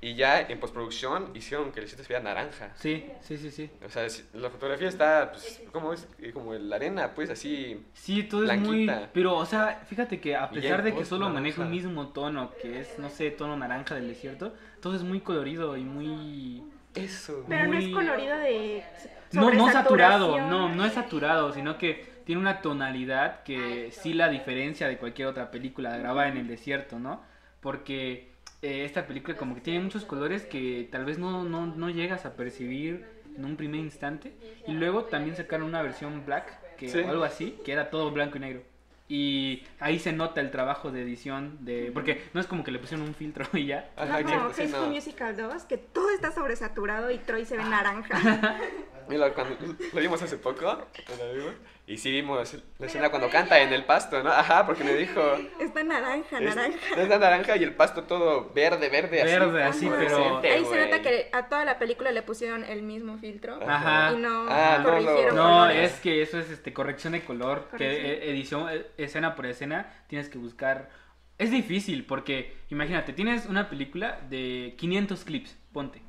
Speaker 4: y ya en postproducción hicieron que el desierto se vea naranja.
Speaker 2: Sí, sí, sí, sí.
Speaker 4: O sea, si- la fotografía está, pues, ¿cómo es? Eh, Como la arena, pues así.
Speaker 2: Sí, todo es muy...
Speaker 4: Blanquita.
Speaker 2: Pero, o sea, fíjate que a
Speaker 4: Y ya
Speaker 2: pesar
Speaker 4: el
Speaker 2: de que
Speaker 4: post
Speaker 2: solo maneja un
Speaker 4: naranja.
Speaker 2: mismo tono, que es, no sé, tono naranja del desierto, todo es muy colorido y muy...
Speaker 4: Eso, güey.
Speaker 3: Pero no es
Speaker 2: Muy-
Speaker 3: colorido de.
Speaker 2: No, no saturado,
Speaker 3: sobresaturación.
Speaker 2: no, no es saturado, sino que tiene una tonalidad que sí la diferencia de cualquier otra película grabada en el desierto, ¿no? Porque eh, esta película como que tiene muchos colores que tal vez no, no, no llegas a percibir en un primer instante. Y luego también sacaron una versión black, que,
Speaker 4: Sí.
Speaker 2: o algo así, que era todo blanco y negro. Y ahí se nota el trabajo de edición, de porque no es como que le pusieron un filtro y ya.
Speaker 4: Ajá,
Speaker 3: no,
Speaker 4: Ah, exacto,
Speaker 3: como
Speaker 4: sí,
Speaker 3: High School
Speaker 4: no. Ah.
Speaker 3: Musical 2, que todo está sobresaturado y Troy se ve naranja.
Speaker 4: Mira, cuando lo vimos hace poco, lo vimos, y sí vimos la escena cuando canta en el pasto, ¿no? Ajá, porque me dijo...
Speaker 3: está naranja,
Speaker 4: Es,
Speaker 3: naranja.
Speaker 4: es la naranja y el pasto todo verde, verde, así.
Speaker 2: Verde, así, pero-
Speaker 4: fluorescente,
Speaker 3: Ahí se nota
Speaker 4: güey.
Speaker 3: que a toda la película le pusieron el mismo filtro.
Speaker 2: Ajá.
Speaker 3: Y no
Speaker 4: Ah, no,
Speaker 3: corrigieron.
Speaker 4: no.
Speaker 2: No,
Speaker 3: colores.
Speaker 2: es que eso es este corrección de color, que
Speaker 3: Corrección.
Speaker 2: eh, edición eh, escena por escena tienes que buscar. Es difícil porque imagínate, tienes una película de 500 clips, ponte.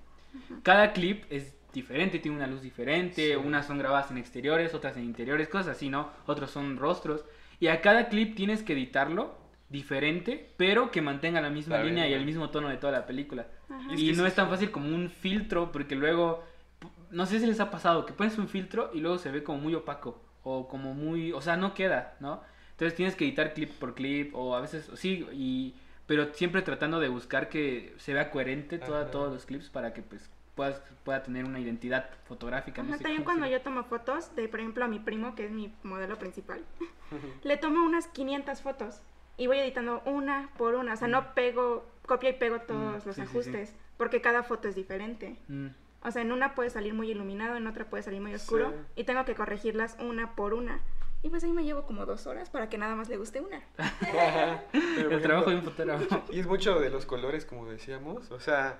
Speaker 2: Cada clip es diferente, tiene una luz diferente,
Speaker 4: Sí.
Speaker 2: unas son grabadas en exteriores, otras en interiores, cosas así, ¿no? Otros son rostros y a cada clip tienes que editarlo diferente, pero que mantenga la misma
Speaker 4: La
Speaker 2: línea y
Speaker 4: misma.
Speaker 2: el mismo tono de toda la película.
Speaker 3: Ajá.
Speaker 4: Y
Speaker 2: Y
Speaker 4: es que
Speaker 2: no
Speaker 4: sí.
Speaker 2: es tan fácil como un filtro, porque luego, p- no sé si les ha pasado, que pones un filtro y luego se ve como muy opaco, o como muy, o sea, no queda, ¿no? Entonces tienes que editar clip por clip, o a veces, sí, y, pero siempre tratando de buscar que se vea coherente toda,
Speaker 4: Ajá.
Speaker 2: todos los clips para que pues puedas, pueda tener una identidad fotográfica. no
Speaker 3: Ajá,
Speaker 2: sé
Speaker 3: también
Speaker 2: cómo
Speaker 3: cuando
Speaker 2: se-
Speaker 3: yo tomo fotos de, por ejemplo, a mi primo, que es mi modelo principal, le tomo unas 500 fotos y voy editando una por una. O sea, no pego, copia y pego todos
Speaker 2: Mm,
Speaker 3: los
Speaker 2: sí, sí, sí.
Speaker 3: ajustes, porque cada foto es diferente.
Speaker 2: Mm.
Speaker 3: O sea, en una puede salir muy iluminado, en otra puede salir muy oscuro,
Speaker 4: Sí.
Speaker 3: y tengo que corregirlas una por una. Y pues ahí me llevo como dos horas para que nada más le guste una.
Speaker 4: Ajá. Pero, por
Speaker 2: El trabajo de
Speaker 4: ejemplo,
Speaker 2: un fotógrafo.
Speaker 4: Y es mucho de los colores, como decíamos. O sea,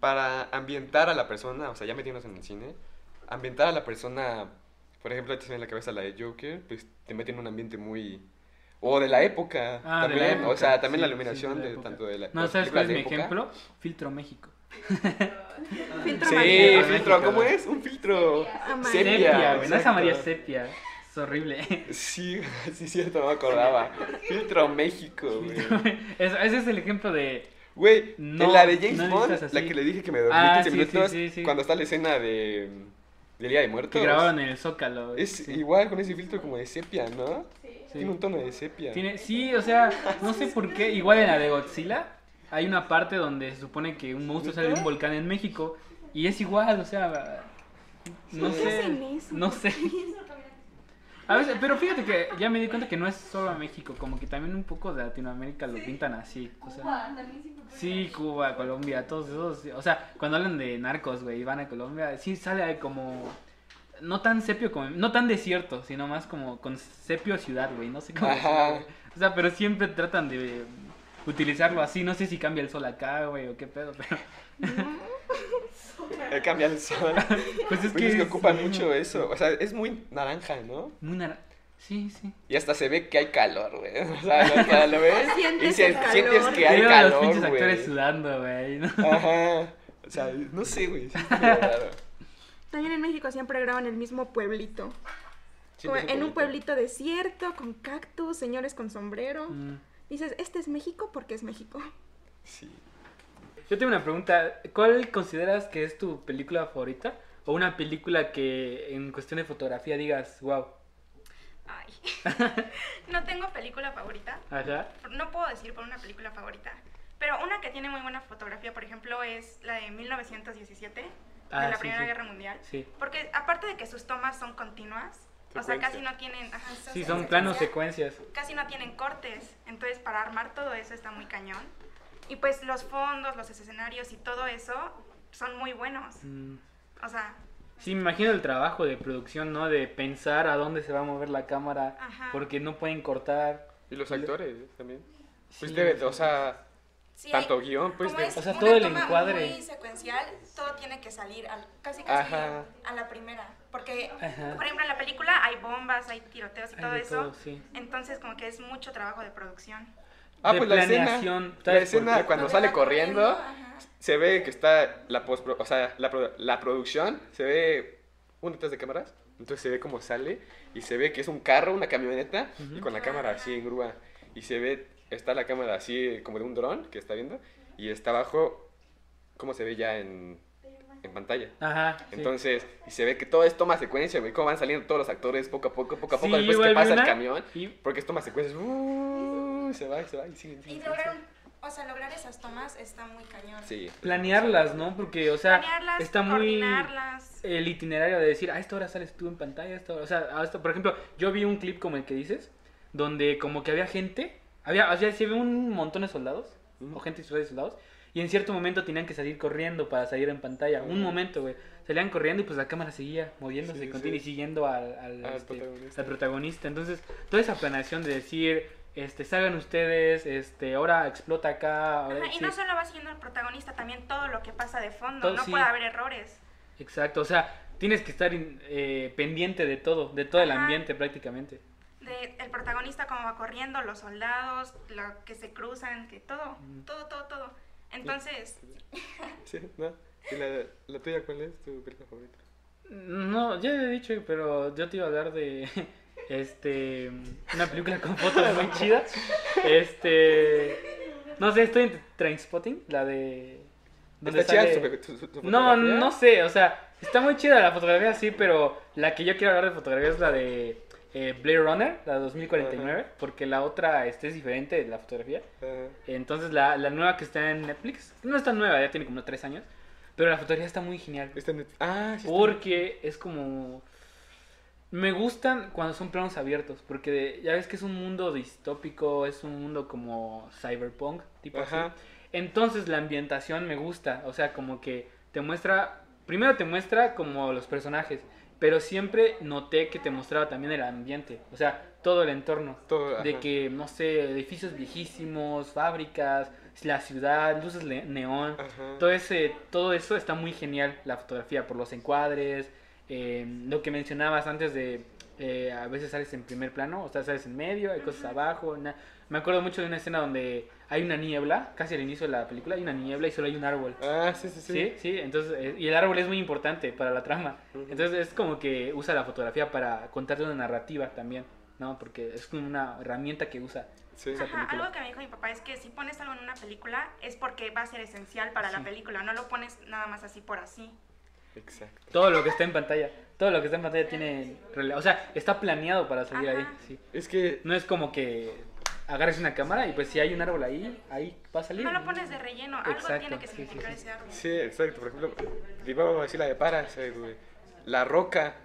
Speaker 4: para ambientar a la persona, o sea, ya metiéndonos en el cine, ambientar a la persona, por ejemplo, ahí te viene en la cabeza la de Joker, pues te mete en un ambiente muy. O de la época
Speaker 2: Ah, de
Speaker 4: también.
Speaker 2: la
Speaker 4: O sea,
Speaker 2: época,
Speaker 4: también la
Speaker 2: sí, sí,
Speaker 4: iluminación
Speaker 2: de la
Speaker 4: de,
Speaker 2: época.
Speaker 4: tanto de la.
Speaker 2: No,
Speaker 4: las
Speaker 2: ¿sabes cuál es mi
Speaker 4: películas de época.
Speaker 2: ejemplo? Filtro México. Ah.
Speaker 3: Filtro
Speaker 4: Sí,
Speaker 3: amarillo.
Speaker 4: filtro, ¿cómo es? Un filtro.
Speaker 3: Amarillo.
Speaker 4: Sepia,
Speaker 2: Sepia, güey, no es
Speaker 4: exacto.
Speaker 2: amarilla, sepia. Es horrible.
Speaker 4: Sí, sí, cierto, no me acordaba. Filtro México, güey.
Speaker 2: Es- ese es el ejemplo de.
Speaker 4: Güey,
Speaker 2: No,
Speaker 4: en la de James
Speaker 2: no
Speaker 4: Bond,
Speaker 2: dices así.
Speaker 4: la que le dije que me dormí
Speaker 2: Ah,
Speaker 4: 15
Speaker 2: sí,
Speaker 4: minutos,
Speaker 2: sí, sí, sí.
Speaker 4: cuando está la escena de del Día de Muertos.
Speaker 2: que grabaron en el Zócalo. güey,
Speaker 4: Es
Speaker 2: sí.
Speaker 4: igual con ese filtro como de sepia, ¿no?
Speaker 2: Sí.
Speaker 4: Tiene un tono de sepia.
Speaker 2: Tiene- sí, o sea, no sé por qué. Igual en la de Godzilla, hay una parte donde se supone que un monstruo sale de un volcán en México. Y es igual, o sea. No
Speaker 3: ¿Por qué hacen
Speaker 2: sé.
Speaker 3: eso?
Speaker 2: No sé. A veces, pero fíjate que ya me di cuenta que no es solo a México, como que también un poco de Latinoamérica lo pintan así. O sea,
Speaker 7: Cuba, también siempre ponen
Speaker 2: Sí, Cuba, Colombia, todos esos. O sea, cuando hablan de narcos, güey, y van a Colombia, sí sale ahí como. No tan sepio como. No tan desierto, sino más como con sepio ciudad, güey. No sé cómo.
Speaker 4: Ajá.
Speaker 2: decirlo, güey. O sea, pero siempre tratan de utilizarlo así. No sé si cambia el sol acá, güey, o qué pedo, pero.
Speaker 4: Eh, Cambia el sol.
Speaker 2: Pues es
Speaker 4: Pues
Speaker 2: que.
Speaker 4: es que
Speaker 2: es-
Speaker 4: ocupan mucho eso. O sea, es muy naranja, ¿no?
Speaker 2: Muy nar- Sí, sí.
Speaker 4: Y hasta se ve que hay calor, güey. O sea, lo, lo ves
Speaker 3: Sientes
Speaker 4: y se-
Speaker 3: el calor.
Speaker 4: sientes que hay
Speaker 2: Veo a los pinches
Speaker 4: calor,
Speaker 2: actores
Speaker 4: güey.
Speaker 2: sudando, güey. ¿no?
Speaker 4: Ajá. O sea, no sé, güey. sí está medio raro.
Speaker 3: También en México siempre graban el mismo pueblito.
Speaker 4: Sí,
Speaker 3: Como
Speaker 4: es
Speaker 3: en un pueblito desierto, con cactus, señores con sombrero.
Speaker 2: Mm.
Speaker 3: Dices, este es México porque es México.
Speaker 4: Sí.
Speaker 2: Yo tengo una pregunta. ¿Cuál consideras que es tu película favorita? O una película que en cuestión de fotografía digas, wow.
Speaker 3: Ay. no tengo película favorita.
Speaker 2: Ajá.
Speaker 3: No puedo decir por una película favorita. Pero una que tiene muy buena fotografía, por ejemplo, es la de 1917,
Speaker 2: Ah,
Speaker 3: de la
Speaker 2: sí,
Speaker 3: Primera
Speaker 2: sí.
Speaker 3: Guerra Mundial.
Speaker 2: Sí.
Speaker 3: Porque aparte de que sus tomas son continuas, o sea,
Speaker 4: Secuencia.
Speaker 3: casi no tienen... ajá, son
Speaker 2: Sí,
Speaker 3: secuencia.
Speaker 2: son planos secuencias.
Speaker 3: casi no tienen cortes, entonces para armar todo eso está muy cañón. Y pues los fondos, los escenarios y todo eso son muy buenos.
Speaker 2: Mm.
Speaker 3: O sea,
Speaker 2: Sí, me imagino el trabajo de producción, ¿no? De pensar a dónde se va a mover la cámara.
Speaker 3: Ajá.
Speaker 2: Porque no pueden cortar.
Speaker 4: Y los actores también. Pues
Speaker 2: Sí.
Speaker 4: debe, o sea,
Speaker 3: sí,
Speaker 4: tanto
Speaker 3: hay-
Speaker 4: guión, pues
Speaker 3: como
Speaker 4: de-
Speaker 3: es
Speaker 2: o sea,
Speaker 3: una
Speaker 2: todo el
Speaker 3: toma
Speaker 2: encuadre.
Speaker 3: muy secuencial, todo tiene que salir al- casi casi
Speaker 4: Ajá.
Speaker 3: a la primera, porque
Speaker 2: Ajá.
Speaker 3: por ejemplo en la película hay bombas, hay tiroteos y
Speaker 2: Hay
Speaker 3: todo
Speaker 2: de
Speaker 3: eso.
Speaker 2: todo, sí.
Speaker 3: Entonces como que es mucho trabajo de producción.
Speaker 4: Ah,
Speaker 2: de
Speaker 4: pues la
Speaker 2: planeación,
Speaker 4: escena,
Speaker 2: ¿sabes
Speaker 4: la
Speaker 2: por qué?
Speaker 4: escena cuando
Speaker 3: Donde
Speaker 4: sale
Speaker 3: va
Speaker 4: corriendo,
Speaker 3: ajá.
Speaker 4: se ve que está la post, o sea, la, pro- la producción, se ve un detrás de cámaras, entonces se ve cómo sale y se ve que es un carro, una camioneta y con la cámara así en grúa y se ve está la cámara así como de un dron que está viendo y está abajo cómo se ve ya en en pantalla.
Speaker 2: Ajá. sí.
Speaker 4: Entonces, y se ve que todo es toma secuencia, güey. Cómo van saliendo todos los actores poco a poco, poco a poco,
Speaker 2: Sí,
Speaker 4: después
Speaker 2: igual
Speaker 4: que
Speaker 2: vi
Speaker 4: pasa
Speaker 2: una
Speaker 4: el camión.
Speaker 2: y-
Speaker 4: Porque es toma secuencia. uh, se va, se va, y siguen,
Speaker 3: Y
Speaker 4: siguen, siguen,
Speaker 3: lograron, o sea, lograr esas tomas está muy cañón.
Speaker 4: siguen. Sí.
Speaker 2: Planearlas, ¿no? Porque, o sea,
Speaker 3: Planearlas,
Speaker 2: está muy...
Speaker 3: coordinarlas.
Speaker 2: el itinerario de decir, a esta hora sales tú en pantalla, a esta hora. O sea, a esta- por ejemplo, yo vi un clip como el que dices, donde como que había gente, había, o sea, se ve un montón de soldados, o gente disfrazada de soldados, y en cierto momento tenían que salir corriendo para salir en pantalla. Un
Speaker 4: Ujú.
Speaker 2: momento, güey. Salían corriendo y pues la cámara seguía moviéndose
Speaker 4: Sí,
Speaker 2: continua
Speaker 4: sí.
Speaker 2: y siguiendo al, al,
Speaker 4: Al
Speaker 2: este,
Speaker 4: protagonista.
Speaker 2: al protagonista. Entonces, toda esa planeación de decir, este, salgan ustedes, este, ahora explota acá. ahora-
Speaker 3: Ajá, y
Speaker 2: sí.
Speaker 3: no solo va siendo el protagonista, también todo lo que pasa de fondo.
Speaker 2: Todo,
Speaker 3: no
Speaker 2: sí.
Speaker 3: puede haber errores.
Speaker 2: Exacto, o sea, tienes que estar in- eh, pendiente de todo, de todo el
Speaker 3: Ajá.
Speaker 2: ambiente prácticamente.
Speaker 3: De el protagonista como va corriendo, los soldados, lo que se cruzan, que todo, todo, todo, todo. Entonces,
Speaker 4: Sí, ¿no? ¿Y la, la tuya cuál es tu película favorita?
Speaker 2: No, ya he dicho, pero yo te iba a hablar de este una película con fotos muy chida. Este no sé, estoy en Trainspotting, la de donde
Speaker 4: ¿Está chida
Speaker 2: sale-
Speaker 4: su- su- su
Speaker 2: No,
Speaker 4: fotografía?
Speaker 2: no sé, o sea, está muy chida la fotografía sí, pero la que yo quiero hablar de fotografía es la de eh, Blade Runner, la de 2049, porque la otra este es diferente de la fotografía.
Speaker 4: Ah,
Speaker 2: Entonces la, la nueva que está en Netflix, no es tan nueva, ya tiene como unos tres años, pero la fotografía está muy genial.
Speaker 4: está en Netflix. Ah, sí. está en-
Speaker 2: Porque es como... Me gustan cuando son planos abiertos, porque de- ya ves que es un mundo distópico, es un mundo como cyberpunk, tipo así.
Speaker 4: Ajá.
Speaker 2: Entonces la ambientación me gusta, o sea, como que te muestra, primero te muestra como los personajes, pero siempre noté que te mostraba también el ambiente, o sea, todo el entorno.
Speaker 4: Todo,
Speaker 2: De
Speaker 4: ajá.
Speaker 2: que, no sé, edificios viejísimos, fábricas, la ciudad, luces le- neón.
Speaker 4: Ajá.
Speaker 2: Todo, ese, todo eso está muy genial, la fotografía, por los encuadres, eh, lo que mencionabas antes de eh, a veces sales en primer plano, o sea, sales en medio, hay cosas abajo. na- Me acuerdo mucho de una escena donde hay una niebla, casi al inicio de la película, hay una niebla y solo hay un árbol.
Speaker 4: Ah, sí, sí, sí.
Speaker 2: Sí, sí, entonces, eh, y el árbol es muy importante para la trama. Entonces es como que usa la fotografía para contarte una narrativa también, ¿no? Porque es como una herramienta que usa.
Speaker 4: Sí.
Speaker 2: Esa
Speaker 3: ajá,
Speaker 2: película.
Speaker 3: algo que me dijo mi papá es que si pones algo en una película es porque va a ser esencial para
Speaker 2: Sí.
Speaker 3: la película, no lo pones nada más así por así.
Speaker 4: Exacto.
Speaker 2: Todo lo que está en pantalla, todo lo que está en pantalla tiene, rela- o sea, está planeado para salir ahí,
Speaker 3: Ajá.
Speaker 2: sí.
Speaker 4: Es que
Speaker 2: No es como que agarres una cámara y pues si hay un árbol ahí, ahí va a salir.
Speaker 3: No lo pones de relleno, algo
Speaker 2: Exacto,
Speaker 3: tiene que
Speaker 2: sí, sí,
Speaker 3: significar
Speaker 2: sí.
Speaker 3: ese árbol.
Speaker 4: Sí, exacto. Por ejemplo, vamos a decir la de Paras, eh, güey. La roca.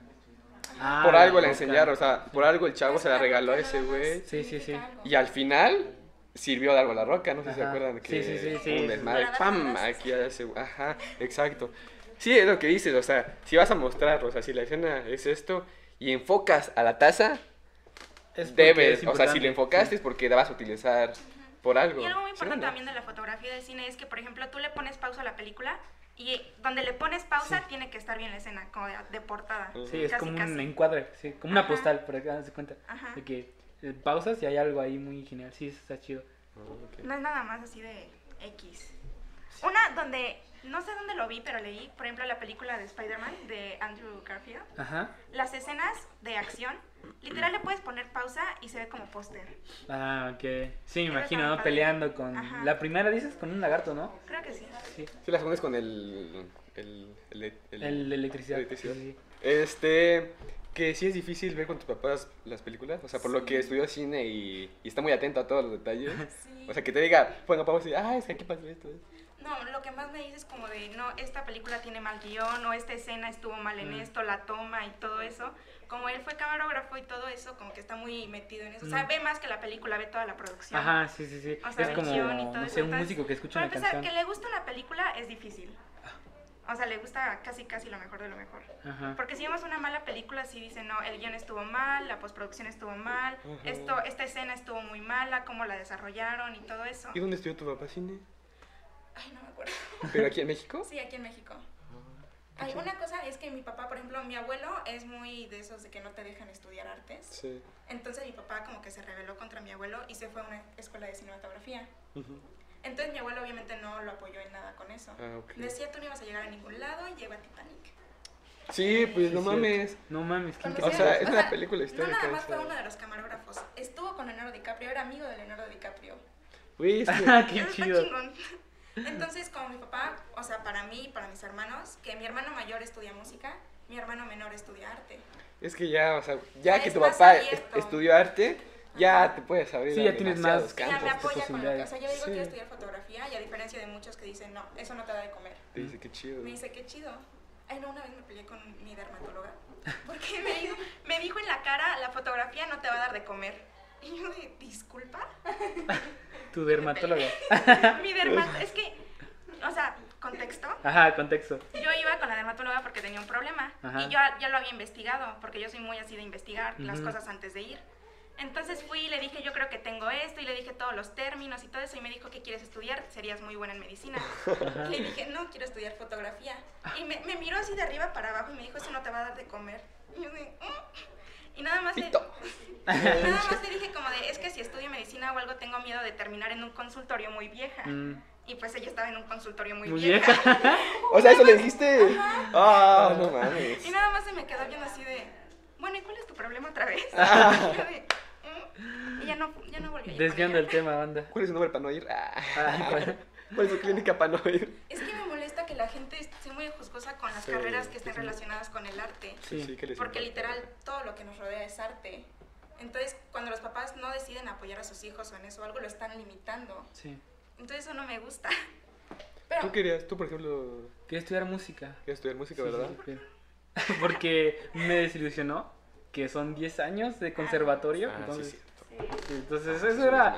Speaker 2: Ah,
Speaker 4: por algo la
Speaker 2: roca.
Speaker 4: enseñaron, o sea, por algo el chavo se la regaló a ese güey.
Speaker 2: Sí, sí, sí.
Speaker 4: Y al final sirvió de algo la roca, no sé si se
Speaker 2: Ajá.
Speaker 4: acuerdan que
Speaker 2: Sí, sí, sí,
Speaker 4: hubo
Speaker 2: sí.
Speaker 4: un desmadre,
Speaker 3: Para dar
Speaker 4: pam,
Speaker 3: las
Speaker 4: aquí a ese, ajá, exacto. Sí, es lo que dices, o sea, si vas a mostrar, o sea, si la escena es esto y enfocas a la taza,
Speaker 2: Es porque es
Speaker 4: debes, o sea, si
Speaker 2: importante,
Speaker 4: lo enfocaste es porque la vas a utilizar por algo.
Speaker 3: Y algo muy
Speaker 4: ¿sí o
Speaker 3: importante
Speaker 4: no?
Speaker 3: también de la fotografía del cine es que, por ejemplo, tú le pones pausa a la película y donde le pones pausa tiene que estar bien la escena, como de, de portada.
Speaker 4: Ujú.
Speaker 2: Sí, sí es
Speaker 3: Casi,
Speaker 2: como un
Speaker 3: casi.
Speaker 2: encuadre, sí, como una
Speaker 3: Ajá.
Speaker 2: postal, por acá, se cuenta.
Speaker 3: Ajá.
Speaker 2: De que eh, pausas y hay algo ahí muy genial, sí, eso está chido.
Speaker 4: Ah,
Speaker 3: No es nada más así de X. Una donde, no sé dónde lo vi, pero leí, por ejemplo, la película de Spider-Man de Andrew Garfield.
Speaker 2: Ajá.
Speaker 3: Las escenas de acción, literal le puedes poner pausa y se ve como póster.
Speaker 2: Ah, ok. Sí, me
Speaker 3: Pero
Speaker 2: imagino,
Speaker 3: está
Speaker 2: ¿no?
Speaker 3: padre.
Speaker 2: Peleando con...
Speaker 3: Ajá.
Speaker 2: La primera dices con un lagarto, ¿no?
Speaker 3: Creo que sí.
Speaker 2: Sí.
Speaker 4: Sí, las pones con el el el, el-
Speaker 2: El de electricidad.
Speaker 4: Electricidad.
Speaker 2: sí, sí.
Speaker 4: Este, que sí es difícil ver con tus papás las películas, o sea, por lo que estudió cine y, y está muy atento a todos los detalles. O sea, que te diga, bueno, vamos a decir, ah, es que aquí pasó esto. esto".
Speaker 3: No, lo que más me dices como de, no, esta película tiene mal guión, o esta escena estuvo mal en
Speaker 2: Mm.
Speaker 3: esto, la toma y todo eso. Como él fue camarógrafo y todo eso, como que está muy metido en eso. O sea,
Speaker 2: Mm.
Speaker 3: ve más que la película, ve toda la producción.
Speaker 2: Ajá, sí, sí, sí.
Speaker 3: O sea,
Speaker 2: es
Speaker 3: el
Speaker 2: como,
Speaker 3: guión y todo
Speaker 2: no
Speaker 3: eso,
Speaker 2: sé, un
Speaker 3: entonces,
Speaker 2: músico que escucha
Speaker 3: Para
Speaker 2: una
Speaker 3: empezar,
Speaker 2: canción.
Speaker 3: que le gusta una película es difícil. O sea, le gusta casi casi lo mejor de lo mejor.
Speaker 4: Ah.
Speaker 2: Ajá.
Speaker 3: Porque si vemos una mala película, sí dice, no, el guión estuvo mal, la postproducción estuvo mal,
Speaker 4: Ujú.
Speaker 3: esto, esta escena estuvo muy mala, cómo la desarrollaron y todo eso.
Speaker 4: ¿Y dónde estudió tu papá cine?
Speaker 3: Ay, no me acuerdo.
Speaker 4: ¿Pero aquí en México?
Speaker 3: Sí, aquí en México.
Speaker 4: Ah,
Speaker 3: Alguna cosa es que mi papá, por ejemplo, mi abuelo es muy de esos de que no te dejan estudiar artes.
Speaker 4: Sí.
Speaker 3: Entonces mi papá como que se rebeló contra mi abuelo y se fue a una escuela de cinematografía.
Speaker 4: Ujú.
Speaker 3: Entonces mi abuelo obviamente no lo apoyó en nada con eso.
Speaker 4: Ah, ok.
Speaker 3: Decía, tú no ibas a llegar a ningún lado y llegó a Titanic.
Speaker 4: Sí, pues
Speaker 2: Sí,
Speaker 4: no
Speaker 2: es cierto.
Speaker 4: mames.
Speaker 2: No mames, qué
Speaker 3: Cuando
Speaker 4: O sea,
Speaker 2: interesante.
Speaker 4: es una película
Speaker 3: No
Speaker 4: histórica.
Speaker 3: nada más
Speaker 4: esa.
Speaker 3: fue uno de los camarógrafos. Estuvo con Leonardo DiCaprio, era amigo de Leonardo DiCaprio.
Speaker 4: Güey, es que-
Speaker 2: Ah, qué
Speaker 3: Eso está
Speaker 2: chido.
Speaker 3: chingón. Entonces, con mi papá, o sea, para mí y para mis hermanos, que mi hermano mayor estudia música, mi hermano menor estudia arte.
Speaker 4: Es que ya, o sea, ya
Speaker 3: Ya
Speaker 4: que
Speaker 3: es
Speaker 4: tu
Speaker 3: más
Speaker 4: papá
Speaker 3: abierto.
Speaker 4: est- estudió arte, ya
Speaker 3: Ajá.
Speaker 4: te puedes abrir
Speaker 2: Sí,
Speaker 4: a
Speaker 2: ya tienes más.
Speaker 4: demasiados
Speaker 3: Y ya me
Speaker 4: campos.
Speaker 3: apoya con lo que, o sea, yo le digo
Speaker 4: Sí.
Speaker 3: quiero estudiar fotografía y a diferencia de muchos que dicen, no, eso no te da de comer.
Speaker 4: Te dice que chido.
Speaker 3: Me dice, qué chido. Ay, no, una vez me peleé con mi dermatóloga. Porque me dijo, me dijo en la cara, la fotografía no te va a dar de comer. Y yo de, disculpa.
Speaker 2: Tu dermatóloga.
Speaker 3: mi dermatóloga, es que, o sea, contexto.
Speaker 2: Ajá, contexto.
Speaker 3: Yo iba con la dermatóloga porque tenía un problema.
Speaker 2: Ajá.
Speaker 3: Y yo ya lo había investigado, porque yo soy muy así de investigar las
Speaker 2: Ujú.
Speaker 3: cosas antes de ir. Entonces fui y le dije, yo creo que tengo esto, y le dije todos los términos y todo eso, y me dijo, ¿qué quieres estudiar? Serías muy buena en medicina.
Speaker 2: Ajá.
Speaker 3: Le dije, no, quiero estudiar fotografía. Y me, me miró así de arriba para abajo y me dijo, eso no te va a dar de comer. Y yo de, "Mm". Y nada más le,
Speaker 4: Pito.
Speaker 3: nada más le dije como de, es que si estudio medicina o algo, tengo miedo de terminar en un consultorio muy vieja.
Speaker 2: Mm,
Speaker 3: Y pues ella estaba en un consultorio muy,
Speaker 2: muy
Speaker 3: vieja.
Speaker 2: vieja.
Speaker 4: O sea, eso le dijiste. Ah, no mames.
Speaker 3: Y nada más se me quedó viendo así de, bueno, ¿y cuál es tu problema otra vez? Y yo de, "Mm". Y ya no, ya no volví a ir con
Speaker 2: Ah. Desviando el
Speaker 3: ella.
Speaker 2: tema, banda.
Speaker 4: ¿Cuál es su nombre para no ir? Ah.
Speaker 2: Ah, bueno.
Speaker 4: ¿Cuál es su clínica para no ir?
Speaker 3: Es que me molesta que la gente esté muy juzgosa con las
Speaker 4: Sí,
Speaker 3: carreras que estén
Speaker 4: sí.
Speaker 3: relacionadas con el arte.
Speaker 4: Sí,
Speaker 2: Sí.
Speaker 4: sí, que les
Speaker 3: Porque
Speaker 4: importa.
Speaker 3: literal todo lo que nos rodea es arte. Entonces, cuando los papás no deciden apoyar a sus hijos o en eso, algo lo están limitando.
Speaker 2: Sí.
Speaker 3: Entonces, eso no me gusta. Pero,
Speaker 4: Tú querías, tú por ejemplo,
Speaker 2: Quería estudiar música.
Speaker 4: querías estudiar música,
Speaker 2: Sí, sí,
Speaker 4: ¿verdad?
Speaker 2: sí, pero- Porque me desilusionó que son 10 años de conservatorio.
Speaker 4: Ah, sí,
Speaker 2: entonces,
Speaker 4: cierto. Ah,
Speaker 2: sí, entonces eso era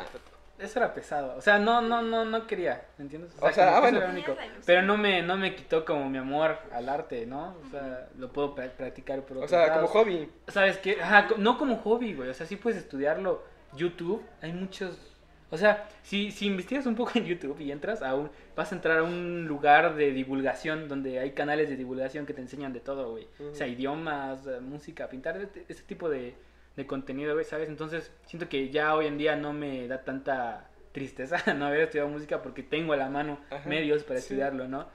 Speaker 2: eso era pesado. O sea, no no no no quería, ¿me entiendes?
Speaker 4: O sea,
Speaker 2: como
Speaker 4: ah,
Speaker 2: que eso
Speaker 4: bueno.
Speaker 2: era único. Pero no me no me quitó como mi amor al arte, ¿no? O sea, lo puedo pra- practicar por
Speaker 4: O
Speaker 2: otros
Speaker 4: sea, como
Speaker 2: lados.
Speaker 4: hobby.
Speaker 2: ¿Sabes qué? Ajá, co- no como hobby, güey. O sea, sí puedes estudiarlo. YouTube, hay muchos. O sea, si, si investigas un poco en YouTube y entras a un. Vas a entrar a un lugar de divulgación donde hay canales de divulgación que te enseñan de todo, güey. O sea,
Speaker 4: Ujú.
Speaker 2: idiomas, eh, música, pintar, este- ese tipo de, de contenido, güey, ¿sabes? Entonces, siento que ya hoy en día no me da tanta tristeza no haber estudiado música porque tengo a la mano
Speaker 4: Ajá,
Speaker 2: medios para
Speaker 4: sí.
Speaker 2: estudiarlo, ¿no?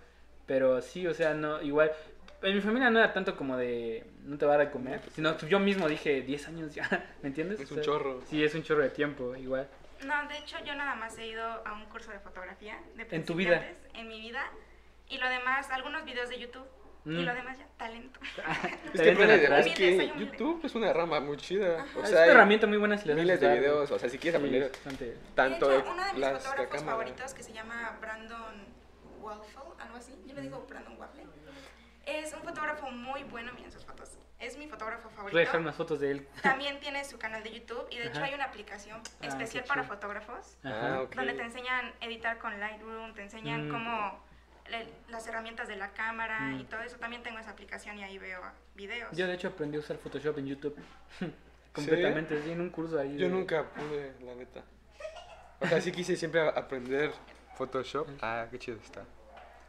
Speaker 2: Pero sí, o sea, no, igual. En Pues mi familia no era tanto como de no te va a dar de comer, sino tú- yo mismo dije 10 años ya, ¿me entiendes?
Speaker 4: Es
Speaker 2: O
Speaker 4: un
Speaker 2: sea,
Speaker 4: chorro.
Speaker 2: Sí, es un chorro de tiempo, igual.
Speaker 3: no, de hecho, yo nada más he ido a un curso de fotografía. De
Speaker 2: En tu vida.
Speaker 3: principiantes, En mi vida. Y lo demás, algunos videos de YouTube. Y
Speaker 2: Mm.
Speaker 3: lo demás ya, talento.
Speaker 4: Es que, el problema
Speaker 2: natural.
Speaker 4: es
Speaker 3: Humilde,
Speaker 4: que
Speaker 3: soy humilde.
Speaker 4: YouTube es una rama muy chida. O
Speaker 2: Ah, es
Speaker 4: sea,
Speaker 2: una
Speaker 4: hay
Speaker 2: herramienta muy buena si la sabes
Speaker 4: miles de
Speaker 2: usar, güey.
Speaker 4: videos. O sea, si quieres
Speaker 2: Sí,
Speaker 4: aprender
Speaker 2: es bastante-
Speaker 4: tanto
Speaker 3: de hecho, uno de mis
Speaker 4: las
Speaker 3: fotógrafos
Speaker 4: cámaras.
Speaker 3: favoritos que se llama Brandon Waffle, algo así. Yo le digo Brandon Waffle. Es un fotógrafo muy bueno, miren sus fotos. Es mi fotógrafo
Speaker 2: Voy
Speaker 3: favorito.
Speaker 2: a dejar unas fotos de él.
Speaker 3: También tiene su canal de YouTube y de hecho
Speaker 2: Ajá. Ah,
Speaker 3: hay una aplicación
Speaker 2: qué
Speaker 3: especial para
Speaker 2: chido.
Speaker 3: fotógrafos
Speaker 4: Ah, ok.
Speaker 3: donde te enseñan a editar con Lightroom, te enseñan
Speaker 2: Mm.
Speaker 3: cómo le- las herramientas de la cámara
Speaker 2: Mm.
Speaker 3: y todo eso. También tengo esa aplicación y ahí veo videos.
Speaker 2: Yo de hecho aprendí a usar Photoshop en YouTube. Completamente, sí, en un curso ahí.
Speaker 4: Yo
Speaker 2: de-
Speaker 4: nunca pude, la neta. O sea, sí quise siempre a- aprender Photoshop. Ah, qué chido está.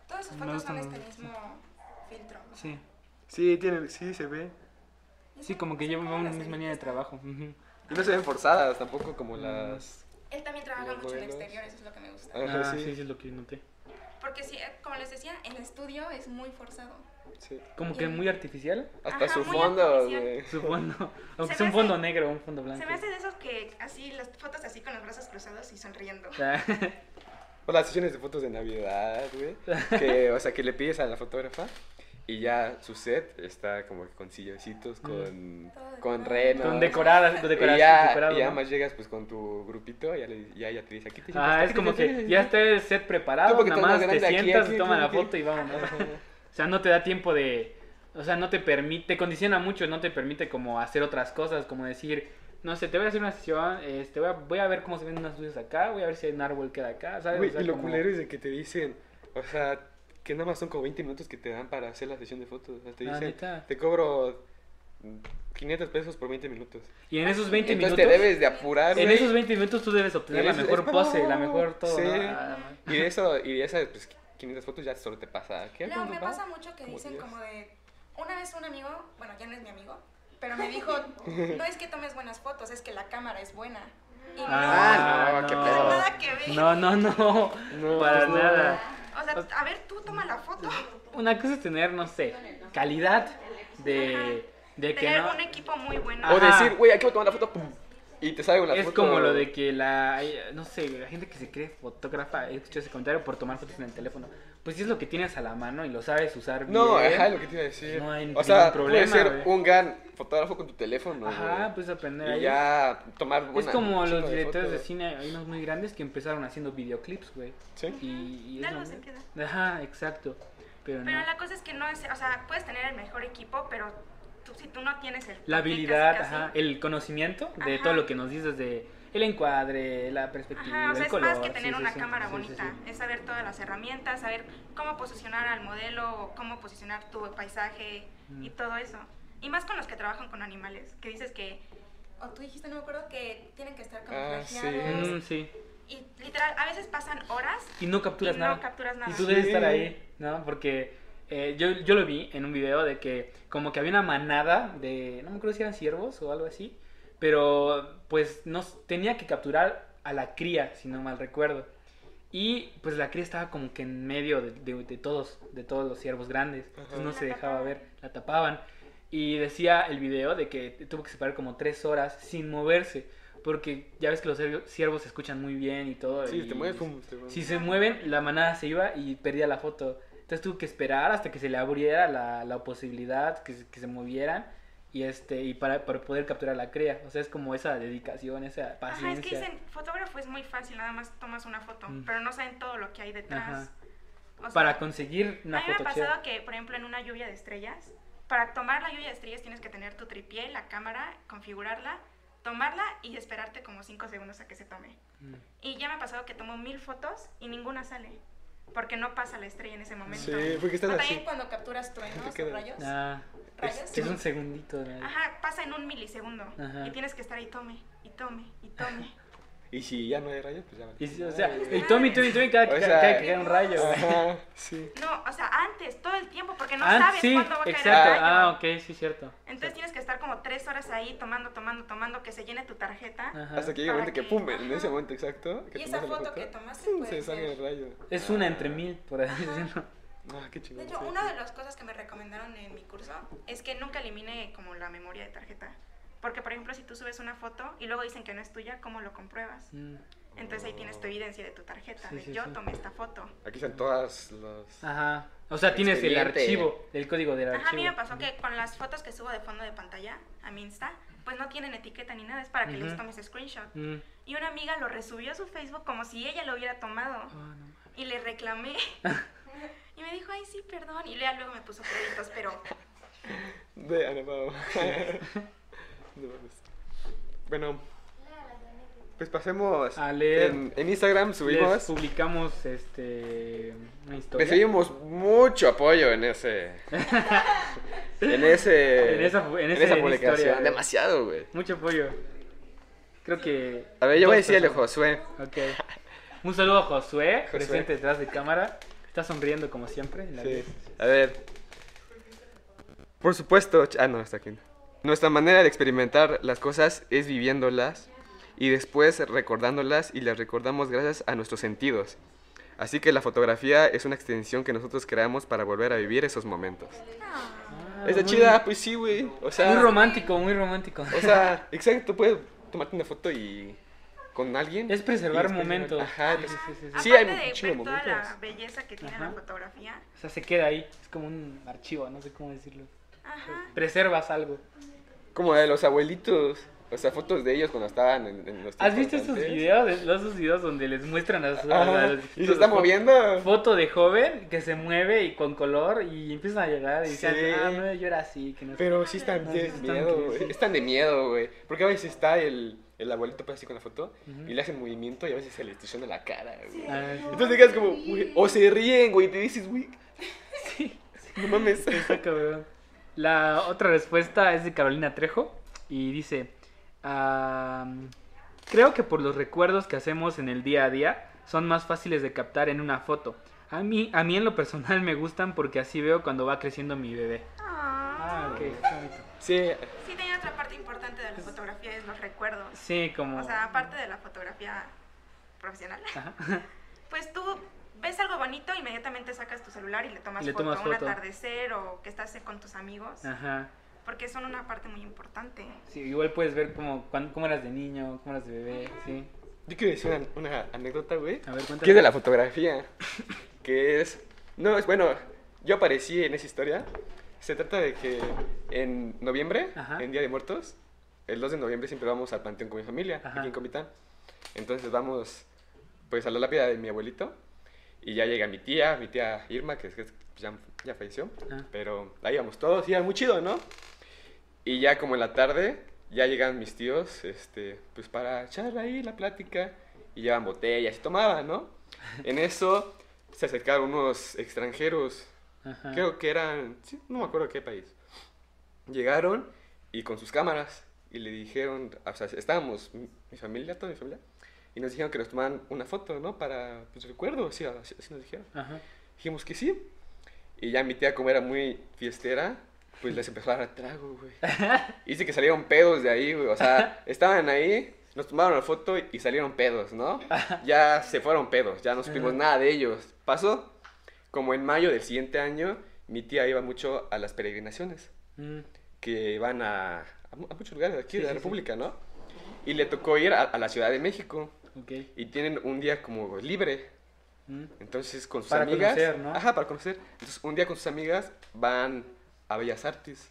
Speaker 3: Todas sus
Speaker 2: Me
Speaker 3: fotos
Speaker 2: gustan
Speaker 3: son
Speaker 2: los
Speaker 3: este
Speaker 2: videos, sí.
Speaker 3: mismo filtro.
Speaker 2: Sí,
Speaker 4: Sí, tiene, sí se ve.
Speaker 2: sí, como que
Speaker 3: llevo
Speaker 2: llevamos la misma línea de trabajo. ujú.
Speaker 4: Y no se ven forzadas tampoco como
Speaker 2: Mm.
Speaker 4: las.
Speaker 3: Él también trabaja
Speaker 4: Los
Speaker 3: mucho en
Speaker 4: modelos.
Speaker 3: exterior, eso es lo que me gusta.
Speaker 4: Ajá,
Speaker 2: Ah, sí,
Speaker 4: sí,
Speaker 2: sí, es lo que noté.
Speaker 3: Porque sí, eh, como les decía, el estudio es muy forzado.
Speaker 4: sí.
Speaker 2: Como que es muy artificial,
Speaker 4: Hasta
Speaker 3: Ajá,
Speaker 4: su
Speaker 3: muy
Speaker 4: fondo,
Speaker 3: artificial.
Speaker 4: güey.
Speaker 2: su fondo. Aunque sea
Speaker 3: me
Speaker 2: un
Speaker 3: hace-
Speaker 2: fondo negro, un fondo blanco.
Speaker 3: Se me hace de esos que así, las fotos así con los brazos cruzados y sonriendo.
Speaker 2: O sea,
Speaker 4: O Pues las sesiones de fotos de Navidad, güey. Que, o sea, que le pides a la fotógrafa y ya su set está como que con sillecitos, con,
Speaker 3: Todo
Speaker 4: con
Speaker 3: decorado.
Speaker 4: renos.
Speaker 2: Mm. con decoradas, con decoradas
Speaker 4: y ya,
Speaker 2: decorado,
Speaker 4: y ya
Speaker 2: ¿no?
Speaker 4: más llegas pues con tu grupito y ya, le- ya ella te dice, aquí te
Speaker 2: Ah, es como que ya está el set
Speaker 4: Tú
Speaker 2: preparado,
Speaker 4: porque
Speaker 2: nada
Speaker 4: estás más
Speaker 2: más te
Speaker 4: grande aquí,
Speaker 2: sientas,
Speaker 4: aquí,
Speaker 2: toma
Speaker 4: aquí,
Speaker 2: la
Speaker 4: aquí.
Speaker 2: foto y vámonos. O sea, no te da tiempo de. O sea, no te permite. Te condiciona mucho, no te permite como hacer otras cosas, como decir. No sé, te voy a hacer una sesión, este, voy, a, voy a ver cómo se ven unas luces acá, voy a ver si hay un árbol queda acá, ¿sabes?
Speaker 4: Güey,
Speaker 2: O sea,
Speaker 4: y lo
Speaker 2: como-
Speaker 4: culero es de que te dicen, o sea, que nada más son como 20 minutos que te dan para hacer la sesión de fotos. O sea, te
Speaker 2: Ah,
Speaker 4: dicen,
Speaker 2: neta.
Speaker 4: te cobro 500 pesos por 20 minutos.
Speaker 2: Y en esos 20
Speaker 4: Entonces te
Speaker 2: minutos.
Speaker 4: debes de apurar,
Speaker 2: En
Speaker 4: güey.
Speaker 2: esos 20 minutos tú debes obtener la
Speaker 4: Es- es
Speaker 2: mejor
Speaker 4: para-
Speaker 2: pose, la mejor todo.
Speaker 4: Sí.
Speaker 2: ¿no? Ah,
Speaker 4: Y de eso, y de esas pues, 500 fotos ya solo te pasa. ¿Qué
Speaker 3: No,
Speaker 4: ¿Cuánto
Speaker 3: me
Speaker 4: va?
Speaker 3: pasa mucho que
Speaker 4: Como
Speaker 3: dicen
Speaker 4: diez.
Speaker 3: como de... Una vez un amigo, bueno, ya no es mi amigo, pero me dijo, no es que tomes buenas fotos, es que la cámara es buena. Y
Speaker 4: Ah, no, qué
Speaker 3: no,
Speaker 4: pedo.
Speaker 3: nada que ver.
Speaker 2: No, no, no.
Speaker 4: No,
Speaker 2: para
Speaker 4: pues, no.
Speaker 2: nada.
Speaker 3: O sea, a ver, tú toma la foto.
Speaker 2: Una cosa es tener, no sé, calidad de, de que
Speaker 3: Tener
Speaker 2: no.
Speaker 3: un equipo muy bueno.
Speaker 4: O
Speaker 2: Ajá.
Speaker 4: decir, güey, aquí voy a tomar la foto, pum. Y te sale una
Speaker 2: Es
Speaker 4: foto.
Speaker 2: como lo de que la, hay- no sé, la gente que se cree fotógrafa, he escuchado ese comentario por tomar fotos en el teléfono. Pues si es lo que tienes a la mano y lo sabes usar
Speaker 4: No,
Speaker 2: bien.
Speaker 4: ajá, lo que te iba a decir.
Speaker 2: ¿eh? No hay
Speaker 4: o
Speaker 2: ningún
Speaker 4: sea,
Speaker 2: problema,
Speaker 4: puedes ser
Speaker 2: güey.
Speaker 4: un gran fotógrafo con tu teléfono.
Speaker 2: Ajá,
Speaker 4: güey.
Speaker 2: pues aprender
Speaker 4: y
Speaker 2: ahí.
Speaker 4: ya tomar
Speaker 2: Es
Speaker 4: una
Speaker 2: como
Speaker 4: chingo
Speaker 2: los directores de,
Speaker 4: fotos.
Speaker 2: cine, hay unos muy grandes que empezaron haciendo videoclips, güey.
Speaker 4: Sí.
Speaker 2: Y, y
Speaker 3: De
Speaker 2: es
Speaker 3: algo
Speaker 2: lo
Speaker 3: se
Speaker 2: mismo.
Speaker 3: queda.
Speaker 2: Ajá, exacto. Pero,
Speaker 3: Pero
Speaker 2: no.
Speaker 3: la cosa es que no es, o sea, puedes tener el mejor equipo, pero tú- si tú no tienes el...
Speaker 2: La habilidad,
Speaker 3: casi, casi-
Speaker 2: ajá, el conocimiento de
Speaker 3: Ajá.
Speaker 2: todo lo que nos dices de el encuadre, la perspectiva,
Speaker 3: Ajá, o sea,
Speaker 2: el
Speaker 3: es
Speaker 2: color.
Speaker 3: más que
Speaker 2: sí,
Speaker 3: tener
Speaker 2: sí,
Speaker 3: una
Speaker 2: sí,
Speaker 3: cámara
Speaker 2: sí, sí,
Speaker 3: bonita,
Speaker 2: sí.
Speaker 3: es saber todas las herramientas, saber cómo posicionar al modelo, o cómo posicionar tu paisaje
Speaker 2: Mm.
Speaker 3: y todo eso. Y más con los que trabajan con animales, que dices que, o tú dijiste, no me acuerdo, que tienen que estar camuflajeados.
Speaker 2: Mm, sí.
Speaker 3: Y literal, a veces pasan horas
Speaker 2: Y no capturas
Speaker 3: y
Speaker 2: nada.
Speaker 3: no capturas nada.
Speaker 2: Y tú debes
Speaker 4: Sí.
Speaker 2: estar ahí, ¿no? Porque eh, yo, yo lo vi en un video de que como que había una manada de, no me acuerdo si eran ciervos o algo así, pero pues no s- tenía que capturar a la cría, si no mal recuerdo. Y pues la cría estaba como que en medio de, de- de todos, de todos los ciervos grandes, entonces
Speaker 4: Ajá.
Speaker 2: no
Speaker 3: La
Speaker 2: se dejaba
Speaker 3: tapaban.
Speaker 2: ver, la tapaban. Y decía el video de que tuvo que separar como tres horas sin moverse, porque ya ves que los ciervos- ciervos se escuchan muy bien y todo.
Speaker 4: Sí,
Speaker 2: y
Speaker 4: te mueves, pum, te mueves.
Speaker 2: si se mueven, la manada se iba y perdía la foto. Entonces tuvo que esperar hasta que se le abriera la, la posibilidad, que, se- que se movieran y este y para, para poder capturar la cría. O sea, es como esa dedicación, esa
Speaker 3: Ajá, es que
Speaker 2: paciencia.
Speaker 3: dicen, fotógrafo es muy fácil, nada más tomas una foto,
Speaker 2: Mm.
Speaker 3: pero no saben todo lo que hay detrás.
Speaker 2: Ajá.
Speaker 3: O sea,
Speaker 2: para conseguir
Speaker 3: a
Speaker 2: una
Speaker 3: mí me ha
Speaker 2: foto
Speaker 3: pasado
Speaker 2: chévere.
Speaker 3: que, por ejemplo, en una lluvia de estrellas, para tomar la lluvia de estrellas tienes que tener tu tripié, la cámara, configurarla, tomarla y esperarte como 5 segundos a que se tome.
Speaker 2: Mm.
Speaker 3: Y ya me ha pasado que tomo mil fotos y ninguna sale, porque no pasa la estrella en ese momento.
Speaker 4: Sí, porque estás
Speaker 3: O
Speaker 4: así.
Speaker 3: también
Speaker 8: Cuando capturas truenos
Speaker 4: Te
Speaker 8: o
Speaker 4: queda-
Speaker 8: rayos.
Speaker 2: Ah,
Speaker 8: Rayos.
Speaker 2: es un segundito. ¿no?
Speaker 3: Ajá, pasa en un milisegundo
Speaker 2: Ajá.
Speaker 3: y tienes que estar ahí tome, y tome, y tome.
Speaker 4: Y si ya no hay rayos, pues ya vale.
Speaker 2: Y, sí, o sea,
Speaker 4: Ay,
Speaker 2: y Tommy, Tommy, Tommy, cada,
Speaker 4: O
Speaker 2: cada-
Speaker 4: sea-
Speaker 2: cada que cae un rayo.
Speaker 4: Ajá, sí.
Speaker 3: No, o sea, antes, todo el tiempo, porque no
Speaker 2: ah,
Speaker 3: sabes
Speaker 2: sí,
Speaker 3: cuándo va a caer el
Speaker 2: exacto.
Speaker 3: rayo.
Speaker 2: Ah, ok, sí, cierto.
Speaker 3: Entonces tienes que estar como tres horas ahí tomando, tomando, tomando, que se llene tu tarjeta.
Speaker 2: Ajá.
Speaker 4: Hasta que llega un
Speaker 3: Para
Speaker 4: momento
Speaker 3: que-
Speaker 4: que pum, en
Speaker 3: ajá.
Speaker 4: ese momento exacto. que
Speaker 8: Y
Speaker 4: tomaste
Speaker 8: esa
Speaker 4: la
Speaker 8: foto que tomaste
Speaker 4: pum,
Speaker 3: pues,
Speaker 8: puede
Speaker 4: se
Speaker 3: eh,
Speaker 4: sale el
Speaker 8: ser.
Speaker 4: rayo.
Speaker 2: Es una entre mil, por así
Speaker 8: Ajá.
Speaker 2: decirlo.
Speaker 4: Ah, qué chingón.
Speaker 8: De hecho,
Speaker 4: sí.
Speaker 8: una de las cosas que me recomendaron en mi curso
Speaker 3: Es que nunca elimine como la memoria de tarjeta. Porque, por ejemplo, si tú subes una foto y luego dicen que no es tuya, ¿cómo lo compruebas?
Speaker 2: Mm.
Speaker 3: Entonces ahí tienes tu evidencia de tu tarjeta,
Speaker 2: Sí,
Speaker 3: de
Speaker 2: sí,
Speaker 3: yo
Speaker 2: sí.
Speaker 3: tomé esta foto.
Speaker 4: Aquí están todas las.
Speaker 2: Ajá. O sea, tienes el
Speaker 4: Expediente.
Speaker 2: archivo, el código del archivo.
Speaker 3: Ajá, a mí me pasó que con las fotos que subo de fondo de pantalla a mi Insta, pues no tienen etiqueta ni nada, es para que
Speaker 2: Ujú.
Speaker 3: les tomes screenshot.
Speaker 2: Mm.
Speaker 3: Y una amiga lo resubió a su Facebook como si ella lo hubiera tomado.
Speaker 2: Ah, no.
Speaker 3: Y le reclamé. y me dijo, ay, sí, perdón. Y ya luego me puso créditos, pero
Speaker 4: De Ana Pao. No mames. Bueno, pues pasemos.
Speaker 2: A leer.
Speaker 4: En, en Instagram
Speaker 2: Les
Speaker 4: subimos.
Speaker 2: publicamos este una historia.
Speaker 4: Recibimos mucho apoyo en ese. en ese.
Speaker 2: En esa fu- en
Speaker 4: en
Speaker 2: ese-
Speaker 4: esa
Speaker 2: en
Speaker 4: publicación.
Speaker 2: historia, güey.
Speaker 4: Demasiado, güey.
Speaker 2: Mucho apoyo. Creo que
Speaker 4: A ver, yo voy a
Speaker 2: dos
Speaker 4: decirle a
Speaker 2: personas.
Speaker 4: Josué.
Speaker 2: Ok. Un saludo a Josué,
Speaker 4: Josué.
Speaker 2: presente detrás de cámara. Está sonriendo como siempre. en la
Speaker 4: Sí.
Speaker 2: vez.
Speaker 4: A ver. Por supuesto. ch- Ah, no, está aquí. Nuestra manera de experimentar las cosas es viviéndolas y después recordándolas y las recordamos gracias a nuestros sentidos. Así que la fotografía es una extensión que nosotros creamos para volver a vivir esos momentos.
Speaker 2: Ah,
Speaker 4: ¿Está
Speaker 2: muy-
Speaker 4: chida? Pues sí, güey. O sea,
Speaker 2: Muy romántico, muy romántico.
Speaker 4: o sea, exacto, puedes tomarte una foto y con alguien.
Speaker 2: Es preservar
Speaker 4: y después-
Speaker 2: momentos.
Speaker 4: Ajá,
Speaker 2: Sí,
Speaker 4: pues-
Speaker 2: sí, sí, sí.
Speaker 3: aparte
Speaker 4: Sí, hay un
Speaker 3: de
Speaker 4: chingo
Speaker 3: ver
Speaker 4: de
Speaker 3: toda la
Speaker 4: momentos.
Speaker 3: belleza que tiene la
Speaker 2: Ajá.
Speaker 3: fotografía.
Speaker 2: O sea, se queda ahí. Es como un archivo, no sé cómo decirlo.
Speaker 3: Ajá.
Speaker 2: Preservas algo.
Speaker 4: como de los abuelitos. O sea, fotos de ellos cuando estaban en, en los
Speaker 2: ¿Has
Speaker 4: tiempos
Speaker 2: visto esos
Speaker 4: antes.
Speaker 2: videos? Los esos videos donde les muestran a, sus- a- a
Speaker 4: Ajá,
Speaker 2: los
Speaker 4: y
Speaker 2: chiquitos
Speaker 4: se está
Speaker 2: fo-
Speaker 4: moviendo.
Speaker 2: Foto de joven que se mueve y con color y empiezan a llorar y
Speaker 4: Sí.
Speaker 2: dicen, ah, no, yo era así, que no sé".
Speaker 4: Pero sí están
Speaker 2: No, Ah, sí
Speaker 4: de
Speaker 2: están
Speaker 4: miedo,
Speaker 2: crazy.
Speaker 4: güey. Están de miedo, güey. Porque a veces está el, el abuelito pues, así con la foto
Speaker 2: Ujú.
Speaker 4: y le hacen movimiento y a veces se le distorsiona la cara, güey.
Speaker 2: Ah, sí.
Speaker 4: Entonces digas como, güey, o se ríen, güey, y te dices, güey, no mames.
Speaker 2: Está cabrón. La otra respuesta es de Carolina Trejo y dice, ah, creo que por los recuerdos que hacemos en el día a día son más fáciles de captar en una foto. A mí, a mí en lo personal me gustan porque así veo cuando va creciendo mi bebé. Ah, ok, está bonito.
Speaker 4: Sí,
Speaker 3: Sí, tiene otra parte importante de la fotografía, es los recuerdos.
Speaker 2: Sí, como...
Speaker 3: O sea, aparte de la fotografía profesional, pues tú ves algo bonito, inmediatamente sacas tu celular y le tomas,
Speaker 2: Y le tomas
Speaker 3: foto,
Speaker 2: foto. Ah.
Speaker 3: un atardecer o que estás con tus amigos.
Speaker 2: Ajá.
Speaker 9: porque son una parte muy importante.
Speaker 2: Sí, igual puedes ver cómo, cuán- cómo eras de niño, cómo eras de bebé, sí.
Speaker 4: Yo quiero decir una, una anécdota, güey.
Speaker 2: A ver, cuéntame.
Speaker 4: Que es de la fotografía. Que es. No, es bueno. Yo aparecí en esa historia. Se trata de que en noviembre,
Speaker 2: Ajá.
Speaker 4: en Día de Muertos, el 2 de noviembre siempre vamos al panteón con mi familia,
Speaker 2: Ajá.
Speaker 4: aquí en Comitán. Entonces vamos, pues, a la lápida de mi abuelito. Y ya llega mi tía, mi tía Irma, que es que es- ya, ya falleció.
Speaker 2: Ah.
Speaker 4: Pero ahí íbamos todos, y era muy chido, ¿no? Y ya como en la tarde, ya llegan mis tíos, este, pues para echar ahí la plática. Y llevan botellas y tomaban, ¿no? En eso se acercaron unos extranjeros,
Speaker 2: Ajá.
Speaker 4: creo que eran, sí, no me acuerdo qué país. Llegaron y con sus cámaras y le dijeron, o sea, estábamos, mi mi familia, toda mi familia, y nos dijeron que nos tomaran una foto, ¿no? Para, pues, recuerdo, así, así así nos dijeron.
Speaker 2: Ajá.
Speaker 4: Dijimos que sí. Y ya mi tía, como era muy fiestera, pues les empezó a dar trago, güey. Y Dice que salieron pedos de ahí, güey. O sea, estaban ahí, nos tomaron la foto y salieron pedos, ¿no? Ya se fueron pedos, ya no supimos
Speaker 2: Ajá.
Speaker 4: nada de ellos. Pasó como en mayo del siguiente año, mi tía iba mucho a las peregrinaciones
Speaker 2: Mm.
Speaker 4: que van a, a mu- a muchos lugares de
Speaker 2: Sí,
Speaker 4: aquí de la
Speaker 2: sí, sí.
Speaker 4: República, ¿no? Y le tocó ir a, a la Ciudad de México
Speaker 2: Ok.
Speaker 4: y tienen un día como libre,
Speaker 2: Mm.
Speaker 4: entonces con sus
Speaker 2: Para
Speaker 4: amigas.
Speaker 2: conocer, ¿no?
Speaker 4: Ajá, para conocer. Entonces un día con sus amigas van a Bellas Artes.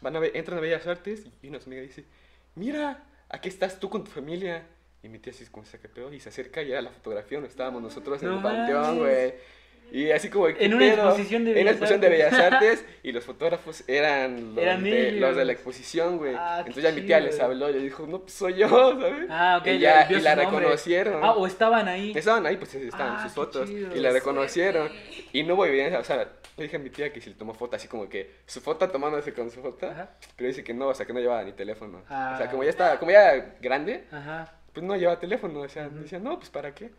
Speaker 4: Van a, Be- entran a Bellas Artes y una amiga dice, mira, aquí estás tú con tu familia. Y mi tía así como saca pedo y se acerca y era la fotografía donde estábamos nosotros en
Speaker 2: No
Speaker 4: el panteón,
Speaker 2: manches.
Speaker 4: güey. Y así como... ¿qué
Speaker 2: En una
Speaker 4: pedo?
Speaker 2: exposición de
Speaker 4: En una
Speaker 2: Bellas
Speaker 4: exposición de
Speaker 2: Artes.
Speaker 4: Bellas Artes y los fotógrafos eran los,
Speaker 2: Eran
Speaker 4: de, los de
Speaker 2: ellos.
Speaker 4: la exposición, güey.
Speaker 2: Ah, qué
Speaker 4: Entonces ya mi tía
Speaker 2: chido.
Speaker 4: les habló y dijo, no, pues soy yo, ¿sabes?
Speaker 2: Ah, ok.
Speaker 4: Y, ya,
Speaker 2: vio
Speaker 4: y
Speaker 2: su
Speaker 4: la
Speaker 2: nombre.
Speaker 4: reconocieron.
Speaker 2: Ah, o estaban ahí.
Speaker 4: Estaban ahí, pues estaban
Speaker 2: Ah,
Speaker 4: sus
Speaker 2: qué
Speaker 4: fotos.
Speaker 2: chido.
Speaker 4: Y la reconocieron. Y no hubo evidencia. O sea, le dije a mi tía que si le tomó foto, así como que su foto tomándose con su foto.
Speaker 2: Ajá.
Speaker 4: Pero dice que no, o sea, que no llevaba ni teléfono. O
Speaker 2: Ah.
Speaker 4: sea, como ya estaba, como ya era grande,
Speaker 2: Ajá.
Speaker 4: pues no llevaba teléfono. O sea, decía, no, pues para qué.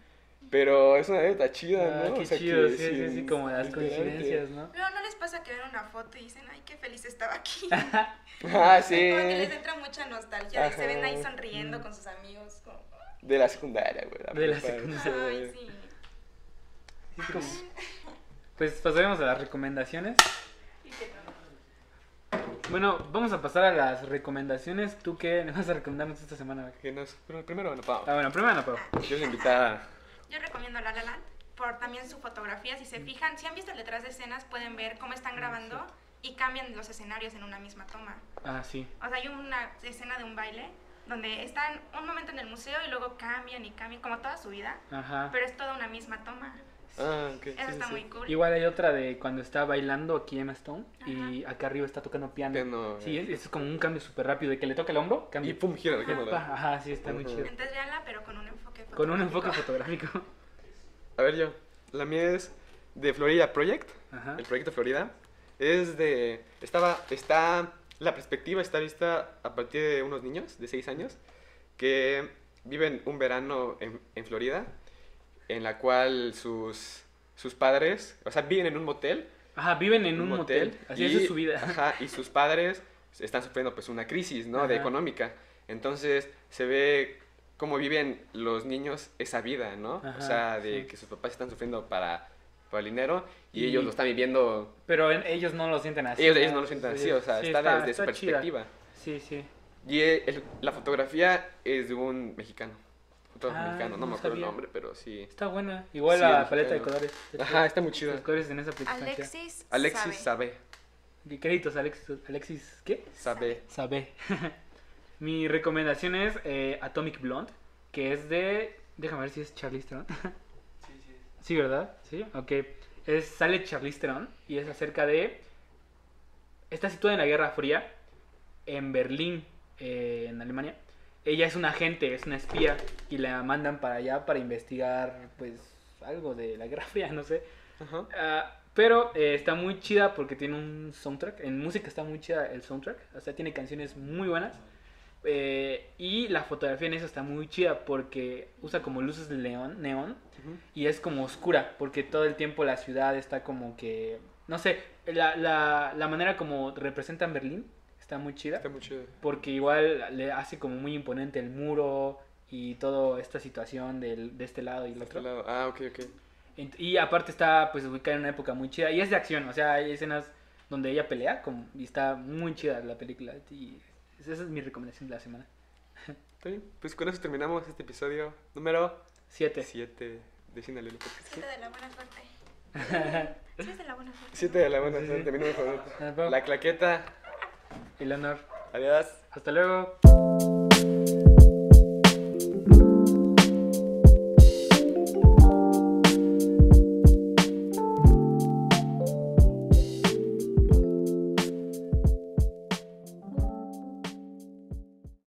Speaker 4: Pero es una anécdota chida,
Speaker 2: Ah,
Speaker 4: ¿no?
Speaker 2: qué
Speaker 4: o sea,
Speaker 2: chido,
Speaker 4: que
Speaker 2: sí, sí,
Speaker 4: sin-
Speaker 2: sí, como las
Speaker 4: sin
Speaker 2: coincidencias, ¿no?
Speaker 9: Pero no les pasa que ven una foto y dicen, ay, qué feliz estaba aquí.
Speaker 4: enterarte. Ah, sí.
Speaker 9: Como que les entra mucha nostalgia y se ven ahí
Speaker 4: Ajá.
Speaker 9: sonriendo con sus amigos. Como,
Speaker 4: De la secundaria, güey.
Speaker 2: De la
Speaker 4: prepa.
Speaker 2: secundaria.
Speaker 9: ay, sí.
Speaker 2: Sí, es como- Pues pasaremos a las recomendaciones.
Speaker 9: Y que no.
Speaker 2: Bueno, vamos a pasar a las recomendaciones. ¿Tú qué nos vas a recomendarnos esta semana?
Speaker 4: Que nos- pero primero, bueno, Pau.
Speaker 2: Ah, bueno, primero Ana Pau.
Speaker 4: Yo les invitaba.
Speaker 9: Yo recomiendo La La Land por también su fotografía. Si
Speaker 2: Mm.
Speaker 9: se fijan, si han visto el detrás de escenas, pueden ver cómo están grabando y cambian los escenarios en una misma toma.
Speaker 2: Ah, sí.
Speaker 9: O sea, hay una escena de un baile donde están un momento en el museo y luego cambian y cambian, como toda su vida,
Speaker 2: Ajá.
Speaker 9: pero es toda una misma toma.
Speaker 4: Ah, ok.
Speaker 9: Eso
Speaker 4: sí,
Speaker 9: está
Speaker 4: sí.
Speaker 9: muy cool.
Speaker 2: Igual hay otra de cuando está bailando aquí Emma Stone y acá arriba está tocando piano.
Speaker 4: Piano,
Speaker 2: Sí,
Speaker 4: eh.
Speaker 2: es, es como un cambio súper rápido de que le toca el hombro,
Speaker 4: Y
Speaker 2: cambia.
Speaker 4: pum, gira la cámara.
Speaker 2: Pa, Ajá, sí, está muy
Speaker 4: Ujú.
Speaker 2: chido.
Speaker 9: Entonces, véanla, pero con un enfoque
Speaker 2: Con un enfoque
Speaker 9: fotográfico.
Speaker 2: fotográfico.
Speaker 4: A ver yo, la mía es de Florida Project,
Speaker 2: Ajá.
Speaker 4: el proyecto Florida. Es de, estaba, está, la perspectiva está vista a partir de unos niños de 6 años que viven un verano en, en Florida, en la cual sus, sus padres, o sea, viven en un motel.
Speaker 2: Ajá, viven en un, motel. Así esa es su vida.
Speaker 4: Ajá, y sus padres están sufriendo pues una crisis, ¿no? De
Speaker 2: Ajá.
Speaker 4: económica. Entonces se ve cómo viven los niños esa vida, ¿no?
Speaker 2: Ajá,
Speaker 4: o sea, de
Speaker 2: sí.
Speaker 4: que sus papás están sufriendo para, para el dinero y,
Speaker 2: Y-
Speaker 4: ellos lo están viviendo,
Speaker 2: Pero en- ellos no lo sienten así.
Speaker 4: ellos, ellos
Speaker 2: ¿no?
Speaker 4: no lo sienten así,
Speaker 2: Ellos-
Speaker 4: o sea,
Speaker 2: sí,
Speaker 4: está, desde su
Speaker 2: está chida.
Speaker 4: perspectiva.
Speaker 2: Sí, sí.
Speaker 4: Y eh, el- la fotografía es de un mexicano, fotógrafo
Speaker 2: Ah,
Speaker 4: mexicano, no,
Speaker 2: no
Speaker 4: me acuerdo
Speaker 2: sabía.
Speaker 4: el nombre, pero sí.
Speaker 2: Está buena. Igual
Speaker 4: Sí,
Speaker 2: la
Speaker 4: el
Speaker 2: paleta de
Speaker 4: mexicano.
Speaker 2: colores.
Speaker 4: Ajá, está muy
Speaker 2: chido.
Speaker 4: chida.
Speaker 2: Los colores en esa aplicación.
Speaker 7: Alexis.
Speaker 4: Alexis
Speaker 7: sabe.
Speaker 4: sabe,
Speaker 2: Y Créditos, Alexis. Alexis, ¿qué?
Speaker 4: sabe.
Speaker 2: Sabe. Mi recomendación es eh, Atomic Blonde, que es de... Déjame ver si es Charlize Theron. Sí, ¿verdad? Sí, ok. Es, sale Charlize Theron y es acerca de... Está situada en la Guerra Fría, en Berlín, eh, en Alemania. Ella es una agente, es una espía y la mandan para allá para investigar, pues, algo de la Guerra Fría, no sé.
Speaker 4: Ajá.
Speaker 2: Ah, pero eh, está muy chida porque tiene un soundtrack. En música está muy chida el soundtrack. O sea, tiene canciones muy buenas. Eh, y la fotografía en eso está muy chida porque usa como luces de león, neón
Speaker 4: Ujú.
Speaker 2: y es como oscura porque todo el tiempo la ciudad está como que... No sé, la, la, la manera como representan Berlín está muy chida
Speaker 4: Está muy chido.
Speaker 2: porque igual le hace como muy imponente el muro y toda esta situación del, de este lado y el
Speaker 4: Otro
Speaker 2: otro.
Speaker 4: lado. Ah, ok, ok.
Speaker 2: Ent- Y aparte está pues ubicada en una época muy chida y es de acción, o sea, hay escenas donde ella pelea con, y está muy chida la película. Y esa es mi recomendación de la semana.
Speaker 4: Está bien. Pues con eso terminamos este episodio número
Speaker 2: Siete.
Speaker 4: 7 de Cine Lelo Podcast.
Speaker 9: Siete de la buena suerte. Sí, es de la buena suerte.
Speaker 4: 7 de la buena
Speaker 2: Sí, sí.
Speaker 4: suerte, mi número favorito.
Speaker 2: Nos vemos.
Speaker 4: La claqueta.
Speaker 2: El honor.
Speaker 4: Adiós.
Speaker 2: Hasta luego.